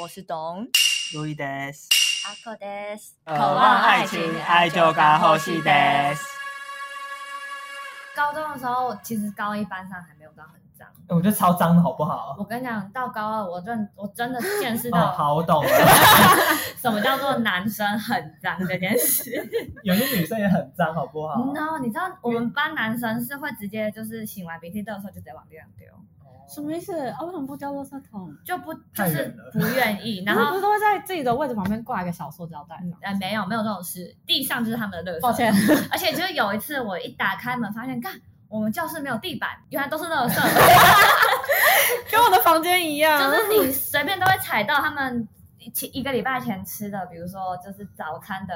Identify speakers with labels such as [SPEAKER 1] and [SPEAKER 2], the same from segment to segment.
[SPEAKER 1] 我是董
[SPEAKER 2] 路易德斯，
[SPEAKER 1] 阿克です。
[SPEAKER 2] 渴。
[SPEAKER 1] 望爱情愛情が欲しいです高中的时候，其实高一班上还没有到很脏。
[SPEAKER 2] 我觉得超脏的好不好？
[SPEAKER 1] 我跟你讲，到高二，我认我真的见识
[SPEAKER 2] 哦，
[SPEAKER 1] 到
[SPEAKER 2] 好，我懂了。
[SPEAKER 1] 什么叫做男生很脏这件事。
[SPEAKER 2] 有些女生也很脏，好不好？
[SPEAKER 1] 然后你知道我们班男生是会直接就是擤完鼻涕的时候就直接往地上丢，
[SPEAKER 3] 什
[SPEAKER 2] 哦
[SPEAKER 3] 么意思？啊，为什么不丢垃圾桶？
[SPEAKER 1] 就不就
[SPEAKER 2] 太
[SPEAKER 1] 是
[SPEAKER 2] 远了
[SPEAKER 1] 不愿意。然
[SPEAKER 3] 然后不
[SPEAKER 1] 后
[SPEAKER 3] 是都会在自己的位置旁边挂一个小塑胶袋吗？
[SPEAKER 1] 呃没有没有这种事，地上就是他们的垃圾。
[SPEAKER 3] 抱歉，
[SPEAKER 1] 而且就是有一次，我一打开门，发现，干，我们教室没有地板，原来都是垃圾，
[SPEAKER 3] 跟我的房间一样
[SPEAKER 1] 就是你随便都会踩到他们前一个礼拜前吃的，比如说就是早餐的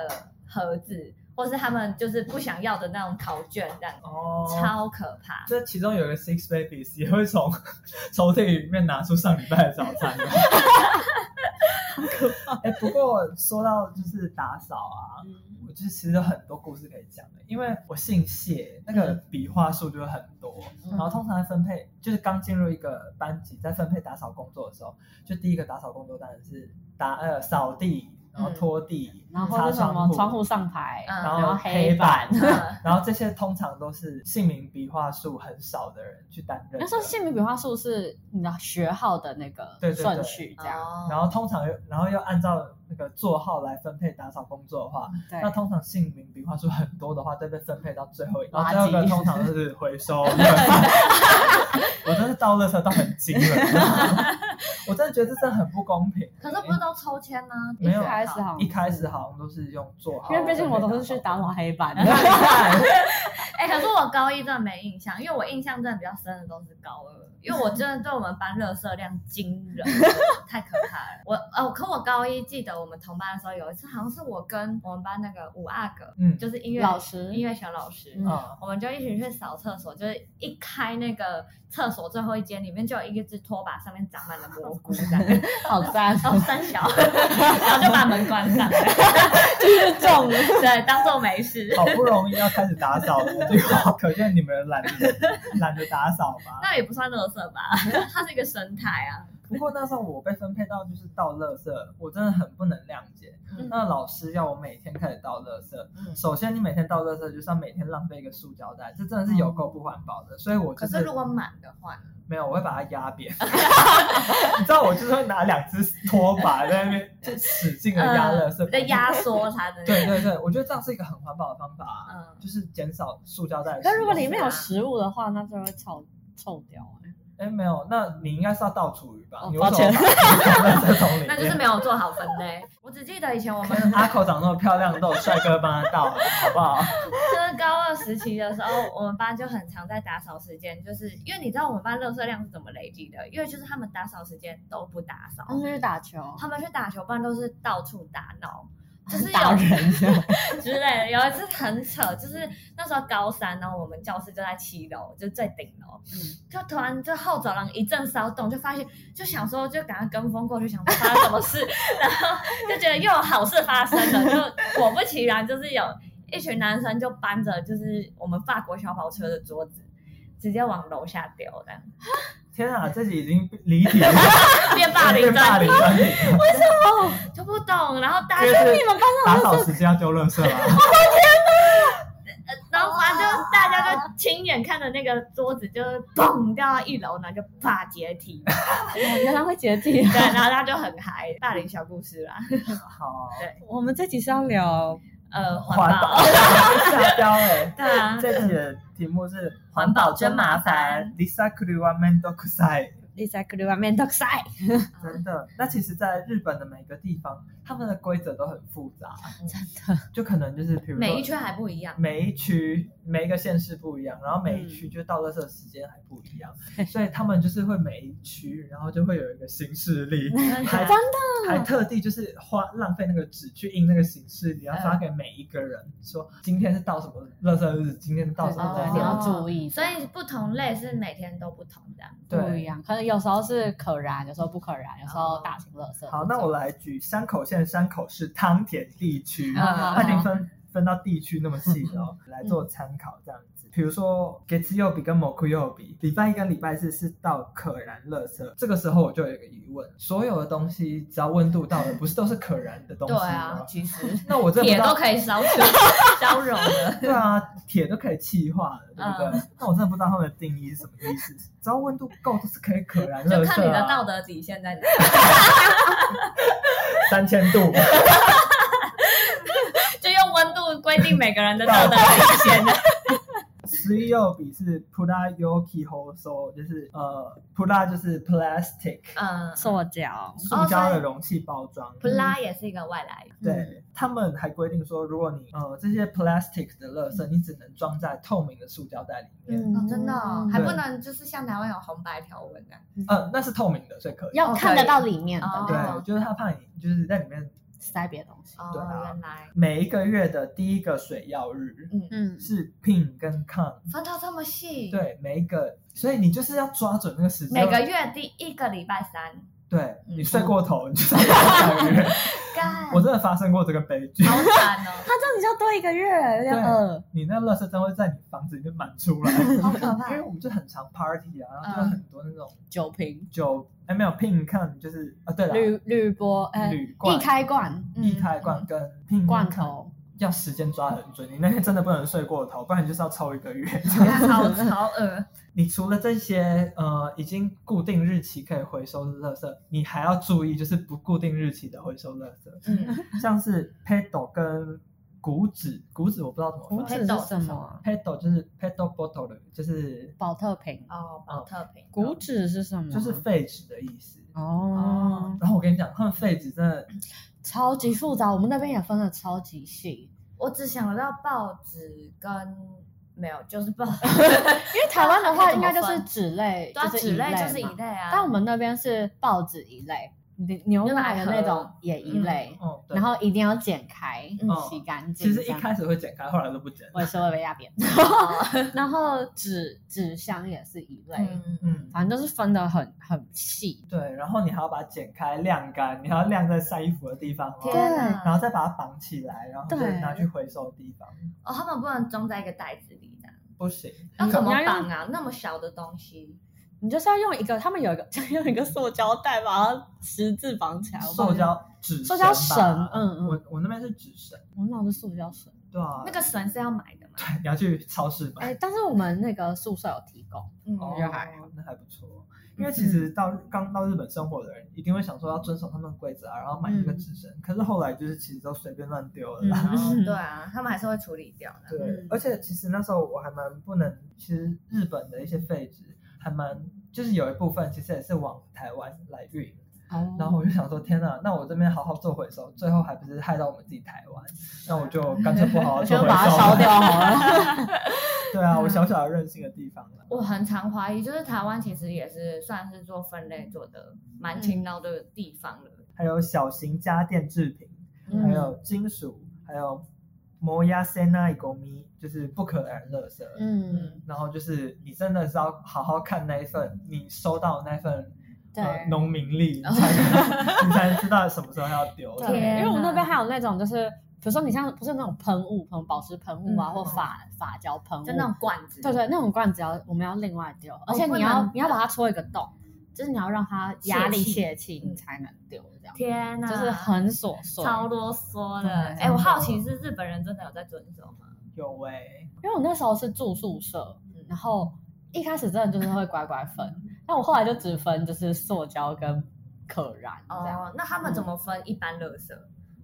[SPEAKER 1] 盒子，或是他们就是不想要的那种考卷，这样
[SPEAKER 2] 哦，
[SPEAKER 1] 超可 怕。
[SPEAKER 2] 这其中有一个 Six Babies 也会从 抽屉里面拿出上礼拜的早餐的，好可怕。哎、不过说到就是打扫啊，
[SPEAKER 3] 嗯
[SPEAKER 2] 我就是其实有很多故事可以讲的，因为我姓谢，那
[SPEAKER 3] 嗯
[SPEAKER 2] 个笔画数就会很多，然后通常在分配就是刚进入一个班级，在分配打扫工作的时候，就第一个打扫工作当然是打呃扫地，然后拖地，
[SPEAKER 3] 嗯然后
[SPEAKER 2] 擦
[SPEAKER 3] 是什
[SPEAKER 2] 窗
[SPEAKER 3] 么
[SPEAKER 2] 户，
[SPEAKER 3] 窗户上牌，
[SPEAKER 1] 嗯
[SPEAKER 2] 然
[SPEAKER 3] 然
[SPEAKER 2] 后
[SPEAKER 3] 后
[SPEAKER 2] 黑
[SPEAKER 3] 黑
[SPEAKER 2] 板
[SPEAKER 3] 板。
[SPEAKER 1] 嗯
[SPEAKER 2] 然后这些通常都是姓名笔画数很少的人去担任的。
[SPEAKER 3] 那时候姓名笔画数是你的学号的那个
[SPEAKER 2] 对对对
[SPEAKER 3] 顺序，这样。
[SPEAKER 1] 哦
[SPEAKER 2] 然后通常又然后又按照那个座号来分配打扫工作的话，
[SPEAKER 3] 对
[SPEAKER 2] 那通常姓名笔画数很多的话，都被分配到最后一个。然
[SPEAKER 3] 垃圾
[SPEAKER 2] 后最后一个通常都是回 收垃圾。我真的倒垃圾倒很精了，你知道吗我真的觉得这真的很不公平。
[SPEAKER 1] 可是不是都抽签吗？
[SPEAKER 2] 没有
[SPEAKER 3] 一开始好像
[SPEAKER 2] 一开始好像都是用座号，
[SPEAKER 3] 因为毕竟我都是去打扫。黑板的
[SPEAKER 2] 你， 看，
[SPEAKER 1] 哎、可是我高一真的没印象，因为我印象真的比较深的都是高二，因为我真的对我们班热色量惊人， 太可怕了。我哦，可我高一记得我们同班的时候，有一次好像是我跟我们班那个五阿哥，
[SPEAKER 2] 嗯，
[SPEAKER 1] 就是音乐
[SPEAKER 3] 老师
[SPEAKER 1] 音乐小老师。
[SPEAKER 3] 嗯
[SPEAKER 2] 嗯
[SPEAKER 1] 我们就一起去扫厕所，就是一开那个厕所最后一间，里面就有一只拖把，上面长满了蘑菇，这 样，
[SPEAKER 3] 好赞，
[SPEAKER 1] 然后三小，然后就把门关上，
[SPEAKER 3] 就是中了。
[SPEAKER 1] 对，当做没事。
[SPEAKER 2] 好不容易要开始打扫了，结果可见你们懒得懒得打扫吧？
[SPEAKER 1] 那也不算垃圾吧， 它是一个生态啊。
[SPEAKER 2] 不过那时候我被分配到就是倒垃圾，我真的很不能谅解。
[SPEAKER 1] 嗯
[SPEAKER 2] 那老师要我每天开始倒垃圾，
[SPEAKER 1] 嗯
[SPEAKER 2] 首先你每天倒垃圾就是要每天浪费一个塑胶袋，这真的是有够不环保的。所以我就
[SPEAKER 1] 可是如果满的话呢，
[SPEAKER 2] 没有，我会把它压扁。 你知道我就是会拿两只拖把在那边就使劲的压垃圾，
[SPEAKER 1] 嗯在呃压缩它的。
[SPEAKER 2] 对对对，我觉得这样是一个很环保的方法啊、
[SPEAKER 1] 嗯
[SPEAKER 2] 就是减少塑胶袋的使用。
[SPEAKER 3] 但如果里面有食物的话，那就会臭臭掉欸。
[SPEAKER 2] 哎没有，那你应该是要倒厨余吧？
[SPEAKER 3] 哦
[SPEAKER 2] 你为
[SPEAKER 3] 抱
[SPEAKER 2] 什么
[SPEAKER 3] 歉
[SPEAKER 2] 把垃圾桶里面？
[SPEAKER 1] 那就是没有做好分类。我只记得以前我们
[SPEAKER 2] 阿口长那么漂亮，都有帅哥帮她倒，好不好？
[SPEAKER 1] 就是高二时期的时候，我们班就很常在打扫时间，就是因为你知道我们班垃圾量是怎么累积的，因为就是他们打扫时间都不打扫，
[SPEAKER 3] 他们就去打球，
[SPEAKER 1] 他们去打球，不然都是到处打闹，就是
[SPEAKER 3] 打
[SPEAKER 1] 有
[SPEAKER 3] 人，
[SPEAKER 1] 之类的。有一次很扯，就是那时候高三，然后我们教室就在七楼，就最顶楼，就突然就后走廊一阵骚动，就发现就想说就赶快跟风过去，想说发生什么事，然后就觉得又有好事发生了，就果不其然就是有一群男生就搬着就是我们法国小跑车的桌子。直接往楼下丢的，
[SPEAKER 2] 天啊，这集已经离题了，
[SPEAKER 1] 变 霸凌
[SPEAKER 2] 被霸
[SPEAKER 1] 专题
[SPEAKER 2] 凌专题了。
[SPEAKER 1] 就不懂，然后大
[SPEAKER 2] 就
[SPEAKER 1] 家
[SPEAKER 2] 是
[SPEAKER 3] 们班
[SPEAKER 2] 打扫时间要丢垃圾吗？
[SPEAKER 1] 然
[SPEAKER 2] 哦
[SPEAKER 1] 后反正就大家就亲眼看着那个桌子就是砰掉到一楼，然后就啪解 体，
[SPEAKER 3] 原来会解体 啊。
[SPEAKER 1] 对，然后他就很嗨，霸凌小故事 啦，
[SPEAKER 2] 好，
[SPEAKER 3] 我们这集是要聊
[SPEAKER 1] 呃，
[SPEAKER 2] 环
[SPEAKER 1] 环
[SPEAKER 2] 保
[SPEAKER 1] 保，
[SPEAKER 2] 下标哎。
[SPEAKER 1] 对啊，
[SPEAKER 2] 这集的题目是
[SPEAKER 1] 环保真麻烦。
[SPEAKER 2] Lisa k u r i w a m e n d o k u s a i
[SPEAKER 3] recycle m e n t o x i
[SPEAKER 2] 真的，那其实，在日本的每个地方，他们的规则都很复杂，
[SPEAKER 3] 真的
[SPEAKER 2] 就可能就是比如说
[SPEAKER 1] 每一圈还不一样，
[SPEAKER 2] 每一区每一个县市不一样，然后每一
[SPEAKER 3] 嗯
[SPEAKER 2] 区就到垃圾的时间还不一 样，所以他们就是会每一区，然后就会有一个行事 历，还
[SPEAKER 1] 真
[SPEAKER 2] 还特地就是花浪费那个纸去印那个行事历，然后发给每一个人说今天是到什么垃圾日，今天是到什么
[SPEAKER 1] 对对对
[SPEAKER 2] 垃圾
[SPEAKER 3] 你
[SPEAKER 2] 日
[SPEAKER 3] 要注意，
[SPEAKER 1] 所以不同类是每天都不同这样。
[SPEAKER 3] 不一
[SPEAKER 2] 对。
[SPEAKER 3] 样。可能有时候是可燃，有时候不可燃，有时候大型垃圾。
[SPEAKER 2] 好，那我来举山口县山口市汤田地区，
[SPEAKER 1] 嗯
[SPEAKER 2] 它已经分分到地区那么细的哦，来做参考这样子。比如说 Get 右比跟 Moku 右比，礼拜一跟礼拜四是到可燃垃圾，这个时候我就有一个疑问：所有的东西只要温度到了，不是都是可燃的东西
[SPEAKER 1] 对
[SPEAKER 2] 吗？
[SPEAKER 1] 啊，其实
[SPEAKER 2] 那我这不知
[SPEAKER 1] 铁
[SPEAKER 2] 道
[SPEAKER 1] 都可以烧 出烧融了。
[SPEAKER 2] 对啊，铁都可以气化了，对不对？那我真的不知道他们的定义是什么意思。只要温度够，就是可以可燃热、
[SPEAKER 1] 就
[SPEAKER 2] 啊。
[SPEAKER 1] 看你的道德底线在哪。
[SPEAKER 2] 三千度，
[SPEAKER 1] 就用温度规定每个人的道德嗯底线的。
[SPEAKER 2] 十一右比是 pura yoki hoso，就是呃 pura 就是 plastic
[SPEAKER 1] 嗯，
[SPEAKER 3] 塑胶，
[SPEAKER 2] 塑
[SPEAKER 1] 哦
[SPEAKER 2] 胶的容器包装。
[SPEAKER 1] 普拉也是一个外来语。
[SPEAKER 2] 对他们还规定说，如果你呃这些 plastic 的垃圾，你只能装在透明的塑胶袋里面。
[SPEAKER 3] 嗯
[SPEAKER 1] 哦，真的、
[SPEAKER 3] 啊
[SPEAKER 1] 哦，还
[SPEAKER 2] 对
[SPEAKER 1] 不能就是像台湾有红白条纹啊的，
[SPEAKER 2] 呃，那是透明的，所以可以。
[SPEAKER 3] 要看得到里面的，
[SPEAKER 1] 哦
[SPEAKER 2] 对，就是他怕你就是在里面。
[SPEAKER 3] 塞别的东西。
[SPEAKER 1] 哦，
[SPEAKER 2] 对啊
[SPEAKER 1] 原来，
[SPEAKER 2] 每一个月的第一个水曜日
[SPEAKER 1] 嗯，
[SPEAKER 3] 嗯，
[SPEAKER 2] 是 pin 跟 con，
[SPEAKER 1] 分到这么细，，
[SPEAKER 2] 对，每一个，所以你就是要抓准那个时间。
[SPEAKER 1] 每个月第一个礼拜三，
[SPEAKER 2] 对
[SPEAKER 1] 嗯
[SPEAKER 2] 你睡过头，你就是要下个 月。
[SPEAKER 1] 干，
[SPEAKER 2] 我真的发生过这个悲剧，
[SPEAKER 1] 好惨 哦，
[SPEAKER 3] 他这样你就多一个月，有点饿。
[SPEAKER 2] 你那垃圾真会在你房子里面满出来，
[SPEAKER 1] 好可怕
[SPEAKER 2] 因为我们就很常 party 啊，然后就
[SPEAKER 1] 嗯
[SPEAKER 2] 很多那种
[SPEAKER 3] 酒瓶、
[SPEAKER 2] 酒，哎没有 pin 看就是啊对了，
[SPEAKER 3] 铝铝箔，哎，
[SPEAKER 2] 铝罐
[SPEAKER 3] 易开罐、嗯
[SPEAKER 1] 嗯
[SPEAKER 2] 一开罐跟 pin
[SPEAKER 3] 罐
[SPEAKER 2] 看
[SPEAKER 3] 头，
[SPEAKER 2] 要时间抓得很准，你那天真的不能睡过头，不然你就是要抽一个月。
[SPEAKER 1] 好好恶，
[SPEAKER 2] 你除了这些呃已经固定日期可以回收的垃圾，你还要注意就是不固定日期的回收垃圾。
[SPEAKER 1] 嗯，
[SPEAKER 2] 像是 pedal 跟骨脂，骨脂我不知道怎么
[SPEAKER 3] 胡
[SPEAKER 2] 翻
[SPEAKER 3] 子是什么啊？
[SPEAKER 2] pedal 就是 pedal bottle 的，就是
[SPEAKER 3] 保特瓶，
[SPEAKER 1] 哦，保特瓶，
[SPEAKER 3] 骨脂是什么？
[SPEAKER 2] 就是废纸的意思。
[SPEAKER 3] 嗯哦，
[SPEAKER 2] 然后我跟你讲，他们废纸真的，
[SPEAKER 3] 超级复杂，我们那边也分的超级细，
[SPEAKER 1] 我只想到报纸跟没有，就是报，
[SPEAKER 3] 因为台湾的
[SPEAKER 1] 那它
[SPEAKER 3] 话
[SPEAKER 1] 怎
[SPEAKER 3] 应
[SPEAKER 1] 么
[SPEAKER 3] 该就是
[SPEAKER 1] 分
[SPEAKER 3] 纸类，
[SPEAKER 1] 对啊，
[SPEAKER 3] 就是
[SPEAKER 1] 纸类就是
[SPEAKER 3] 一
[SPEAKER 1] 一
[SPEAKER 3] 嘛
[SPEAKER 1] 类啊，
[SPEAKER 3] 但我们那边是报纸一类，牛牛奶的那种也一类，
[SPEAKER 2] 哦，对哦
[SPEAKER 3] 然后一定要剪开、
[SPEAKER 1] 嗯
[SPEAKER 3] 洗干净。
[SPEAKER 2] 其实一
[SPEAKER 3] 这样
[SPEAKER 2] 开始会剪开，后来都不剪。
[SPEAKER 3] 我也是会被压 扁。
[SPEAKER 1] 哦，
[SPEAKER 3] 然后纸纸箱也是一类，
[SPEAKER 1] 嗯嗯，
[SPEAKER 2] 嗯，
[SPEAKER 3] 反正就是分的很很细。
[SPEAKER 2] 对，然后你还要把它剪开晾干，你还要晾在晒衣服的地方
[SPEAKER 1] 天
[SPEAKER 2] 哦，
[SPEAKER 1] 哪，
[SPEAKER 2] 然后再把它绑起来，然后
[SPEAKER 3] 啊对
[SPEAKER 2] 再拿去回收的地方，
[SPEAKER 1] 哦，他们不能装在一个袋子里的，
[SPEAKER 2] 不行。
[SPEAKER 1] 要怎么
[SPEAKER 3] 你要
[SPEAKER 1] 绑
[SPEAKER 3] 用
[SPEAKER 1] 啊？那么小的东西，
[SPEAKER 3] 你就是要用一个，他们有一个 用一个塑胶袋把它十字绑起来。我不知道
[SPEAKER 2] 塑，胶纸吧，
[SPEAKER 3] 塑胶绳嗯嗯
[SPEAKER 2] 我我那边是纸绳，
[SPEAKER 3] 我们那是塑胶绳。
[SPEAKER 2] 对啊，
[SPEAKER 1] 那个绳是要买的 嘛？
[SPEAKER 2] 你要去超市买。
[SPEAKER 3] 哎，但是我们那个宿舍有提供，
[SPEAKER 1] 嗯，
[SPEAKER 2] 哦
[SPEAKER 3] 就还好，
[SPEAKER 2] 那还不错。因
[SPEAKER 3] 嗯
[SPEAKER 2] 为其实到刚到日本生活的人，一定会想说要遵守他们的规则啊，然后买那个
[SPEAKER 3] 嗯
[SPEAKER 2] 纸绳。可是后来就是其实都随便乱丢了
[SPEAKER 3] 嗯
[SPEAKER 2] 啦。
[SPEAKER 1] 哦对啊，他们还是会处理掉的。
[SPEAKER 2] 对
[SPEAKER 3] 嗯，
[SPEAKER 2] 而且其实那时候我还蛮不能，其实日本的一些废纸还蛮，就是有一部分其实也是往台湾来运。
[SPEAKER 3] 哦
[SPEAKER 2] 然后我就想说，天呐，那我这边好好做回收，最后还不是害到我们自己台湾？那我 就干脆不好好
[SPEAKER 3] 我
[SPEAKER 2] 做
[SPEAKER 3] 就
[SPEAKER 2] 回收，
[SPEAKER 3] 把它烧掉。嗯 好了。
[SPEAKER 2] 对啊，我小小的任性的地方啦。
[SPEAKER 1] 我很常怀疑，就是台湾其实也是算是做分类做的
[SPEAKER 3] 嗯
[SPEAKER 1] 蛮勤劳的地方了。
[SPEAKER 2] 还有小型家电制品，
[SPEAKER 3] 嗯
[SPEAKER 2] 还有金属，还有摩亚塞那伊狗咪，就是不可燃垃圾。
[SPEAKER 3] 嗯，
[SPEAKER 2] 然后就是你真的是要好好看那一份，你收到那份
[SPEAKER 3] 对。
[SPEAKER 2] 呃农民历，你才能你才能知道什么时候要丢。
[SPEAKER 3] 对，
[SPEAKER 1] 哦天
[SPEAKER 3] 因为我们那边
[SPEAKER 1] 哪
[SPEAKER 3] 还有那种，就是比如说你像不是那种喷雾，可能保湿喷雾啊，
[SPEAKER 1] 嗯
[SPEAKER 3] 或发发胶喷雾，
[SPEAKER 1] 就那种哦罐子，
[SPEAKER 3] 对对，那种罐子要我们要另外丢，而且
[SPEAKER 1] 不
[SPEAKER 3] 你要
[SPEAKER 1] 能
[SPEAKER 3] 你要把它戳一个洞，就是你要让它压力
[SPEAKER 1] 泄气
[SPEAKER 3] 泄气，你
[SPEAKER 1] 嗯
[SPEAKER 3] 才能丢，这样
[SPEAKER 1] 天哪，
[SPEAKER 3] 就是很琐碎。
[SPEAKER 1] 超啰嗦的。
[SPEAKER 3] 对
[SPEAKER 1] 哎，我好奇是日本人真的有在遵守吗？
[SPEAKER 2] 有喂、
[SPEAKER 3] 因为我那时候是住宿舍，
[SPEAKER 1] 嗯
[SPEAKER 3] 然后一开始真的就是会乖乖分，但我后来就只分就是塑胶跟可燃这样。
[SPEAKER 1] 哦，那他们
[SPEAKER 3] 嗯
[SPEAKER 1] 怎么分一般垃圾？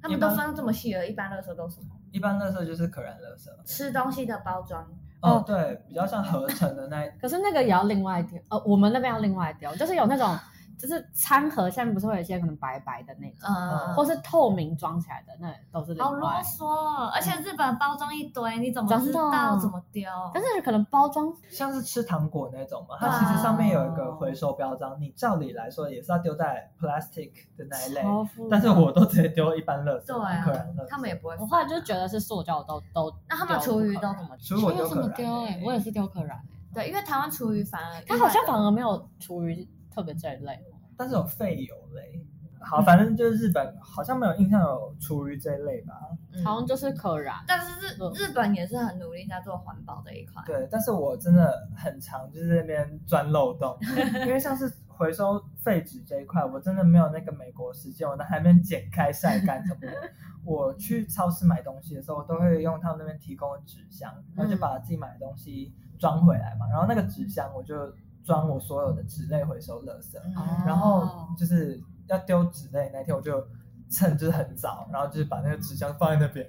[SPEAKER 1] 他们都分这么细了，一般垃圾都什么？
[SPEAKER 2] 一般垃圾就是可燃垃圾。
[SPEAKER 1] 吃东西的包装，
[SPEAKER 2] 哦，
[SPEAKER 3] 哦
[SPEAKER 2] 对，比较像合成的那一
[SPEAKER 3] 可是那个也要另外丢，呃，我们那边要另外丢，就是有那种就是餐盒下面不是会有一些可能白白的那种。
[SPEAKER 1] 嗯，
[SPEAKER 3] 或是透明装起来的，那都是另
[SPEAKER 1] 好啰
[SPEAKER 3] 外。
[SPEAKER 1] 嗦哦，而且日本包装一堆，你怎么知
[SPEAKER 3] 真
[SPEAKER 1] 道
[SPEAKER 3] 的哦
[SPEAKER 1] 怎么丢？
[SPEAKER 3] 但是可能包装
[SPEAKER 2] 像是吃糖果那种嘛，
[SPEAKER 1] 对
[SPEAKER 2] 它
[SPEAKER 1] 啊
[SPEAKER 2] 其实上面有一个回收标章，你照理来说也是要丢在 plastic 的那一类，
[SPEAKER 3] 超复杂
[SPEAKER 2] 但是我都直接丢一般垃圾，
[SPEAKER 1] 对
[SPEAKER 2] 不可燃
[SPEAKER 1] 啊
[SPEAKER 2] 垃圾。，
[SPEAKER 1] 他们也不会分啊。
[SPEAKER 3] 我后来就觉得是塑胶都都，
[SPEAKER 1] 那他们厨余都怎么？
[SPEAKER 2] 所以我丢
[SPEAKER 3] 怎
[SPEAKER 2] 可
[SPEAKER 3] 么
[SPEAKER 2] 燃、
[SPEAKER 3] 丢？哎，我也是丢可燃哎，
[SPEAKER 1] 对，因为台湾厨余反而
[SPEAKER 3] 它好像
[SPEAKER 1] 反
[SPEAKER 3] 反而没有厨余特别这一类。
[SPEAKER 2] 但是有废油类。好，反正就是日本好像没有印象有厨余这一类吧，
[SPEAKER 1] 嗯
[SPEAKER 3] 好像就是可燃。
[SPEAKER 1] 但是日、
[SPEAKER 3] 嗯
[SPEAKER 1] 日本也是很努力在做环保这一块。
[SPEAKER 2] 对，但是我真的很常就是在那边钻漏洞，因为像是回收废纸这一块，我真的没有那个美国时间，我那还没剪开晒干什么的。我去超市买东西的时候，我都会用他们那边提供的纸箱，然后就把自己买的东西装回来嘛。然后那个纸箱我就装我所有的纸类回收垃圾，
[SPEAKER 1] 嗯
[SPEAKER 3] 哦
[SPEAKER 2] 然后就是要丢纸类那天，我就趁就是很早，然后就是把那个纸箱放在那边，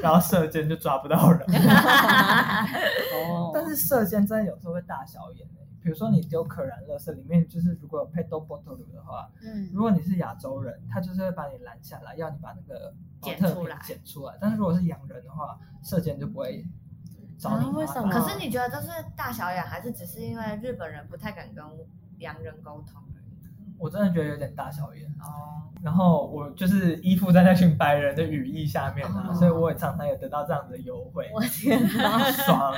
[SPEAKER 2] 然后 射箭就抓不到人。
[SPEAKER 3] 哦
[SPEAKER 2] 但是射箭真的有时候会大小眼欸比如说你丢可燃垃圾里面，就是如果有配 d o b o t o l 的话，
[SPEAKER 3] 嗯
[SPEAKER 2] 如果你是亚洲人，他就是会把你拦下来，要你把那个
[SPEAKER 1] 捡
[SPEAKER 2] 保特
[SPEAKER 1] 出
[SPEAKER 2] 瓶
[SPEAKER 1] 来
[SPEAKER 2] 捡出来。但是如果是洋人的话，射箭就不会找你麻
[SPEAKER 3] 啊
[SPEAKER 2] 烦、
[SPEAKER 3] 为什么
[SPEAKER 1] 可是你觉得这是大小眼，还是只是因为日本人不太敢跟洋人沟通而已？
[SPEAKER 2] 我真的觉得有点大小眼。
[SPEAKER 1] 哦，
[SPEAKER 2] 然后我就是依附在那群白人的羽翼下面啊，
[SPEAKER 1] 哦
[SPEAKER 2] 所以我也常常有得到这样的优惠，
[SPEAKER 3] 我天哪！
[SPEAKER 2] 爽。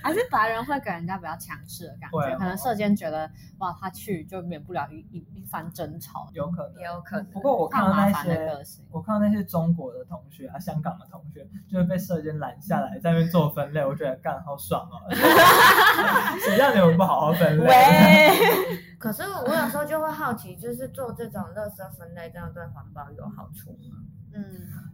[SPEAKER 3] 还是白人会给人家比较强势的感
[SPEAKER 2] 会
[SPEAKER 3] 觉，可能射箭觉得哇，他去就免不了一一一番争吵，
[SPEAKER 2] 有可
[SPEAKER 1] 也
[SPEAKER 2] 能。
[SPEAKER 1] 有可能。
[SPEAKER 2] 不过我看
[SPEAKER 3] 怕
[SPEAKER 2] 到
[SPEAKER 3] 麻
[SPEAKER 2] 那
[SPEAKER 3] 烦的
[SPEAKER 2] 些
[SPEAKER 3] 个性。
[SPEAKER 2] 我看到那些中国的同学啊，香港的同学，就会被射箭拦下来，在那边做分类，我觉得干好爽哦！ 谁让你们不好好分 类？
[SPEAKER 3] 喂，
[SPEAKER 1] 可是我有时候就会好奇，就是做这种垃圾分类，这样对环保有好处吗？
[SPEAKER 3] 嗯，